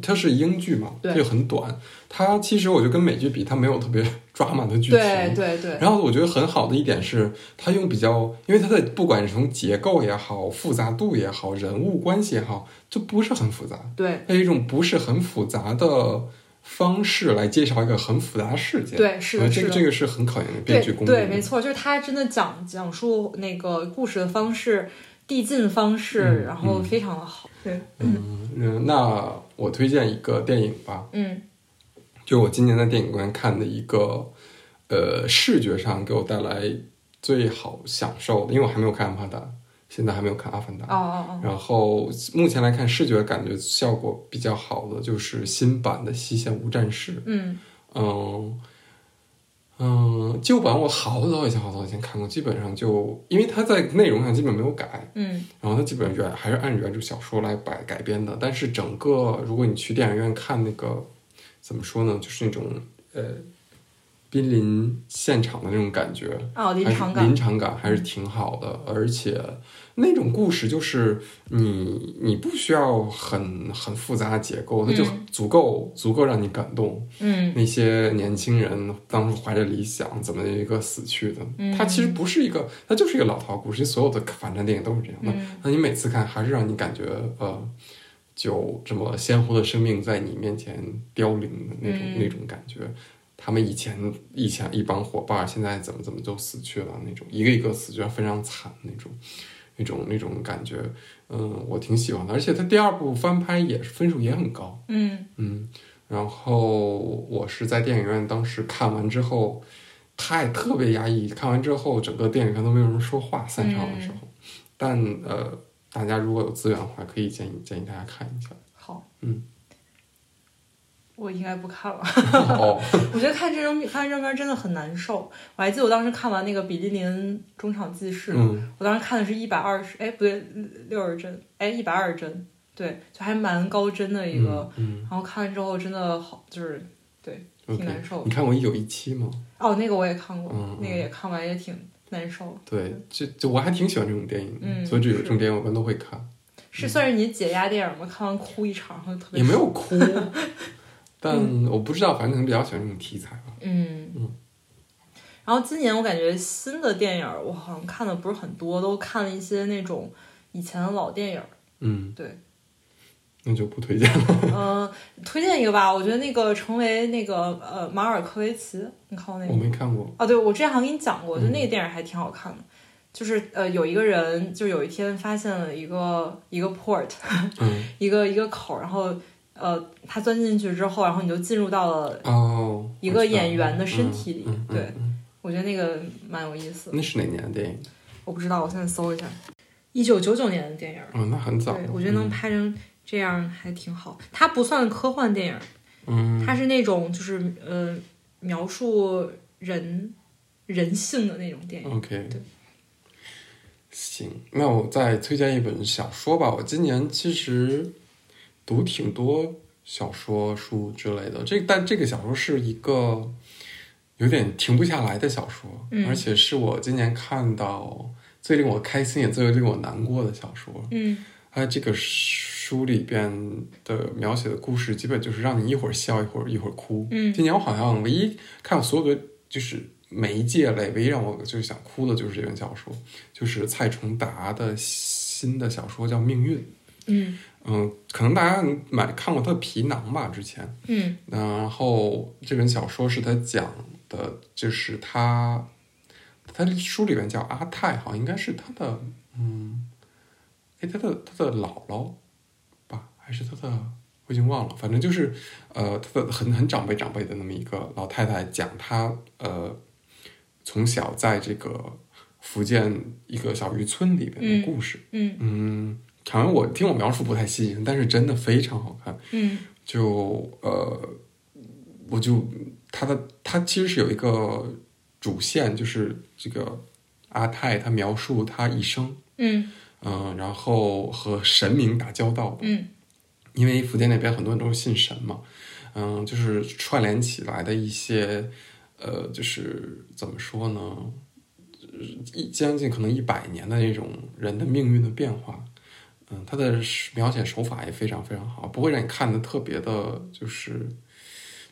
Speaker 1: 它是英剧嘛，
Speaker 2: 对
Speaker 1: 它又很短。它其实我觉得跟美剧比，它没有特别 抓马的剧情。
Speaker 2: 对对对，
Speaker 1: 然后我觉得很好的一点是，它用比较，因为它的不管是从结构也好、复杂度也好、人物关系也好，就不是很复杂。
Speaker 2: 对
Speaker 1: 它有一种不是很复杂的方式来介绍一个很复杂的事件。
Speaker 2: 对是
Speaker 1: 呃
Speaker 2: 的，
Speaker 1: 这
Speaker 2: 是
Speaker 1: 个
Speaker 2: 的。
Speaker 1: 这个是很考验编剧功力的。
Speaker 2: 对对，没错，就是他真的讲讲述那个故事的方式、递进方式，
Speaker 1: 嗯
Speaker 2: 然后
Speaker 1: 嗯
Speaker 2: 非常的好。对，
Speaker 1: 嗯，嗯那我推荐一个电影吧，
Speaker 2: 嗯
Speaker 1: 就我今年在电影观看的一个，呃，视觉上给我带来最好享受的，因为我还没有看《阿凡达》，现在还没有看《阿凡达》
Speaker 2: 哦哦哦，
Speaker 1: 然后目前来看，视觉感觉效果比较好的就是新版的《西线无战事》。
Speaker 2: 嗯
Speaker 1: 嗯嗯，旧版我好早以前好早以前看过，基本上就因为它在内容上基本没有改，
Speaker 2: 嗯
Speaker 1: 然后它基本原还是按原著小说来改改编的。但是整个如果你去电影院看那个怎么说呢，就是那种呃濒临现场的那种感觉，
Speaker 2: 哦，临
Speaker 1: 还是
Speaker 2: 场感嗯
Speaker 1: 临，场感还是挺好的，而且那种故事就是你你不需要很很复杂的结构，它就
Speaker 2: 嗯
Speaker 1: 足够、足够让你感动。
Speaker 2: 嗯
Speaker 1: 那些年轻人当初怀着理想，怎么一个死去的？
Speaker 2: 嗯
Speaker 1: 它其实不是一个，它就是一个老套故事，所有的反战电影都是这样的。
Speaker 2: 嗯
Speaker 1: 那你每次看，还是让你感觉呃，就这么鲜活的生命在你面前凋零的那种、
Speaker 2: 嗯
Speaker 1: 那种感觉。他们以前以前一帮伙伴，现在怎么怎么就死去了那种，一个一个死去，非常惨那种，那种那种感觉，嗯，我挺喜欢的。而且他第二部翻拍也是分数也很高，
Speaker 2: 嗯
Speaker 1: 嗯，然后我是在电影院当时看完之后，太特别压抑，看完之后整个电影院都没有人说话，散场的时候。
Speaker 2: 嗯
Speaker 1: 但呃，大家如果有资源的话，可以建议建议大家看 一下。
Speaker 2: 好，
Speaker 1: 嗯，
Speaker 2: 我应该不看了。
Speaker 1: 哦，
Speaker 2: 我觉得看这种看这种片儿真的很难受。我还记得我当时看完那个《比利林中场记事》
Speaker 1: 嗯，
Speaker 2: 我当时看的是一百二十，哎，不对，六十帧，哎，一百二十帧，对，就还蛮高帧的一个。
Speaker 1: 嗯，
Speaker 2: 然后看了之后真的好，就是
Speaker 1: 嗯
Speaker 2: 挺难受
Speaker 1: OK 你看过一九一七吗？
Speaker 2: 哦，那个我也看过，
Speaker 1: 嗯嗯
Speaker 2: 那个也看完，也挺难受。
Speaker 1: 对，就就我还挺喜欢这种电影的，
Speaker 2: 嗯
Speaker 1: 所以这有
Speaker 2: 是
Speaker 1: 这种电影我一般都会看，
Speaker 2: 是算是你解压电影吗？看完哭一场，然后特
Speaker 1: 嗯
Speaker 2: 别
Speaker 1: 也没有 哭，但我不知道，反正可能比较喜欢这种题材吧。
Speaker 2: 嗯
Speaker 1: 嗯，
Speaker 2: 然后今年我感觉新的电影儿我好像看的不是很多，都看了一些那种以前的老电影儿。
Speaker 1: 嗯，
Speaker 2: 对，
Speaker 1: 那就不推荐了。
Speaker 2: 嗯、推荐一个吧，我觉得那个成为那个呃马尔科维奇，你看过那个
Speaker 1: 我
Speaker 2: 吗？
Speaker 1: 没看过。
Speaker 2: 啊，对，我之前好像跟你讲过，就
Speaker 1: 嗯
Speaker 2: 那个电影还挺好看的。就是呃，有一个人就有一天发现了一个一个 port，
Speaker 1: 嗯，
Speaker 2: 一个一个口儿，然后呃，他钻进去之后，然后你就进入到了，
Speaker 1: 哦，
Speaker 2: 一
Speaker 1: 我
Speaker 2: 个
Speaker 1: 知道
Speaker 2: 演员的身体里
Speaker 1: 嗯嗯嗯
Speaker 2: 对
Speaker 1: 嗯
Speaker 2: 我觉得那个蛮有意思的。
Speaker 1: 那是哪年的电影？
Speaker 2: 我不知道，我现在搜一下，一九九九年的电影儿，
Speaker 1: 哦，那很早了。
Speaker 2: 对我觉得能
Speaker 1: 嗯
Speaker 2: 拍成这样还挺好。它不算科幻电影儿，
Speaker 1: 嗯，
Speaker 2: 它是那种就是呃描述人人性的那种电影。
Speaker 1: OK，
Speaker 2: 对
Speaker 1: 行，那我再推荐一本小说吧。我今年其实读挺多小说书之类的，这但这个小说是一个有点停不下来的小说，
Speaker 2: 嗯
Speaker 1: 而且是我今年看到最令我开心也最令我难过的小说。
Speaker 2: 嗯
Speaker 1: 它这个书里边的描写的故事，基本就是让你一会儿笑一会儿一会儿哭。
Speaker 2: 嗯
Speaker 1: 今年我好像唯一看所有的就是媒介类，唯一让我就是想哭的就是这本小说，就是蔡崇达的新的小说叫《命运》。
Speaker 2: 嗯
Speaker 1: 嗯，可能大家买看过他的《皮囊》吧，之前。
Speaker 2: 嗯
Speaker 1: 然后这本小说是他讲的，就是他，他书里面叫阿泰，好像应该是他的，嗯，哎，他的他的姥姥吧，还是他的，我已经忘了，反正就是，呃，他的很很长辈长辈的那么一个老太太讲她，呃，从小在这个福建一个小渔村里边的故事，
Speaker 2: 嗯
Speaker 1: 嗯，好像我听我描述不太吸引，但是真的非常好看。
Speaker 2: 嗯
Speaker 1: 就呃，我就他的他其实是有一个主线，就是这个阿泰他描述他一生，
Speaker 2: 嗯
Speaker 1: 嗯、然后和神明打交道，
Speaker 2: 嗯
Speaker 1: 因为福建那边很多人都是信神嘛，嗯、就是串联起来的一些呃，就是怎么说呢？一将近可能一百年的那种人的命运的变化。嗯，他的描写手法也非常非常好，不会让你看的特别的，就是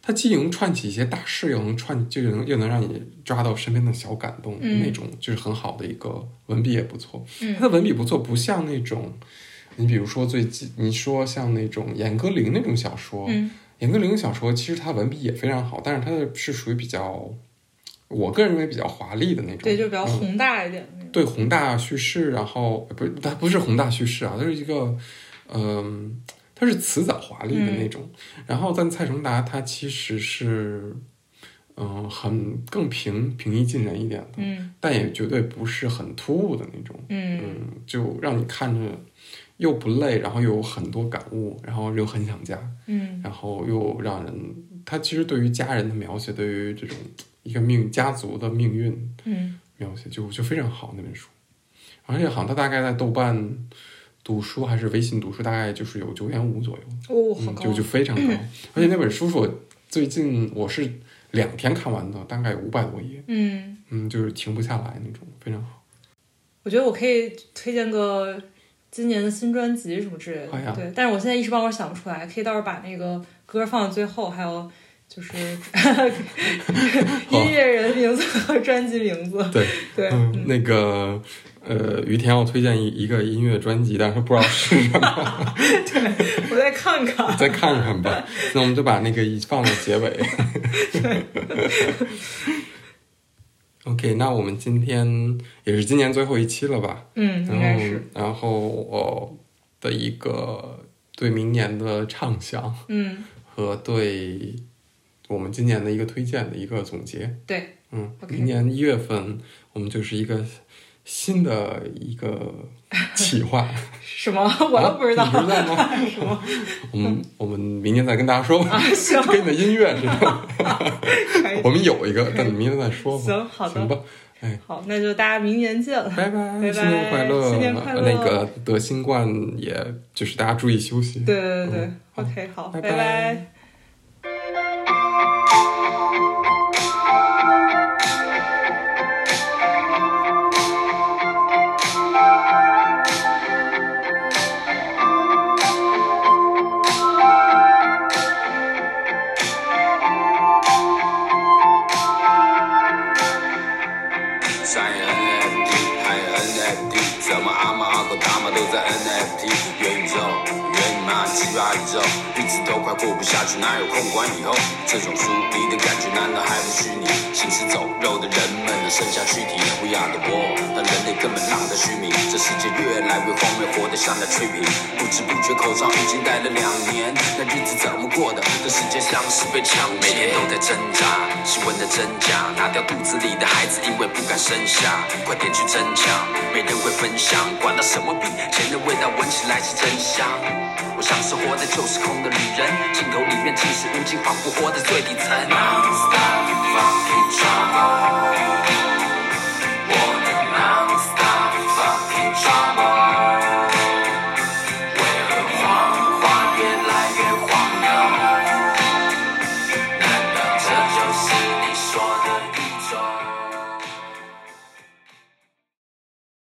Speaker 1: 他既能串起一些大事，又能串，就能又能让你抓到身边的小感动，
Speaker 2: 嗯
Speaker 1: 那种就是很好的一个文笔也不错。
Speaker 2: 嗯
Speaker 1: 他的文笔不错，不像那种你比如说最近你说像那种严歌苓那种小说，
Speaker 2: 嗯
Speaker 1: 严歌苓小说其实她文笔也非常好，但是她的是属于比较，我个人认为比较华丽的那种，
Speaker 2: 对，就比较
Speaker 1: 嗯
Speaker 2: 宏大一点的那种。
Speaker 1: 对宏大叙事，然后呃不是它不是宏大叙事啊，它是一个，嗯、它是辞藻华丽
Speaker 2: 嗯
Speaker 1: 的那种。然后但蔡崇达他其实是，嗯、很更平平易近人一点的，
Speaker 2: 嗯
Speaker 1: 但也绝对不是很突兀的那种。
Speaker 2: 嗯
Speaker 1: 嗯，就让你看着又不累，然后又有很多感悟，然后又很想家，
Speaker 2: 嗯
Speaker 1: 然后又让人他其实对于家人的描写，对于这种一个命家族的命运
Speaker 2: 嗯
Speaker 1: 描写就就非常好那本书，而且好像它大概在豆瓣读书还是微信读书，大概就是有九点五左右，
Speaker 2: 哦，好
Speaker 1: 嗯，
Speaker 2: 高
Speaker 1: 就就非常 高。而且那本书是我最近我是两天看完的，大概五百多页，
Speaker 2: 嗯。
Speaker 1: 嗯，就是停不下来那种，非常好。
Speaker 2: 我觉得我可以推荐个今年的新专辑什么之类的，
Speaker 1: 好呀
Speaker 2: 对。但是我现在一时半会儿想不出来，可以到时候把那个歌放到最后，还有就是 音乐人名字和专辑名字。
Speaker 1: 对，
Speaker 2: 对，
Speaker 1: 嗯，那个呃，于田要推荐一一个音乐专辑，但是不知道是什么，
Speaker 2: 我再看看。
Speaker 1: 再看看 吧。那我们就把那个一放在结尾。OK，那我们今天也是今年最后一期了吧？
Speaker 2: 嗯，应该
Speaker 1: 然后
Speaker 2: 是，，
Speaker 1: 然后我的一个对明年的畅想
Speaker 2: 嗯，
Speaker 1: 和对我们今年的一个推荐的一个总结。
Speaker 2: 对，
Speaker 1: 嗯
Speaker 2: OK
Speaker 1: 明年一月份我们就是一个新的一个企划，
Speaker 2: 什么 我都不知道。
Speaker 1: 啊你不知道吗？
Speaker 2: 什 么
Speaker 1: 我们我们明年再跟大家说吧，
Speaker 2: 啊？行，
Speaker 1: 跟你的音乐似的。
Speaker 2: 可以
Speaker 1: 我们有一个，但明天再说吧。
Speaker 2: 行好
Speaker 1: 哦
Speaker 2: 的
Speaker 1: 行吧，哎
Speaker 2: 好，那就大家明年见了。
Speaker 1: 拜拜，
Speaker 2: 拜拜
Speaker 1: 新年快乐，
Speaker 2: 新年快乐
Speaker 1: 那个得新冠，也就是大家注意休息。
Speaker 2: 对对对、
Speaker 1: 嗯好
Speaker 2: o k 好，
Speaker 1: 拜
Speaker 2: 拜
Speaker 1: 拜
Speaker 2: 拜
Speaker 3: 上演 NFT，海 NFT，什么阿猫阿狗他们都在 NFT。元宇宙，元你妈鸡巴宇宙，日子都快过不下去，哪有空管以后？这种疏离的感觉难道还不虚拟？行尸走肉的人们只剩下躯体，We are the world，但人类根本浪得虚名。这世界越来越荒谬，活得像在吹瓶。不知不觉口罩已经戴了两年，那日子怎么过的？这世界像是被抢劫，每天都在挣扎，新闻的真假，拿掉肚子里的孩子，因为不敢生下，快点去争抢，没人会分享，管他什么比钱的味道，闻起来是真香。我像是活在旧时空的旅人，镜头里面尽是无尽，仿佛活在最底层。Non-stop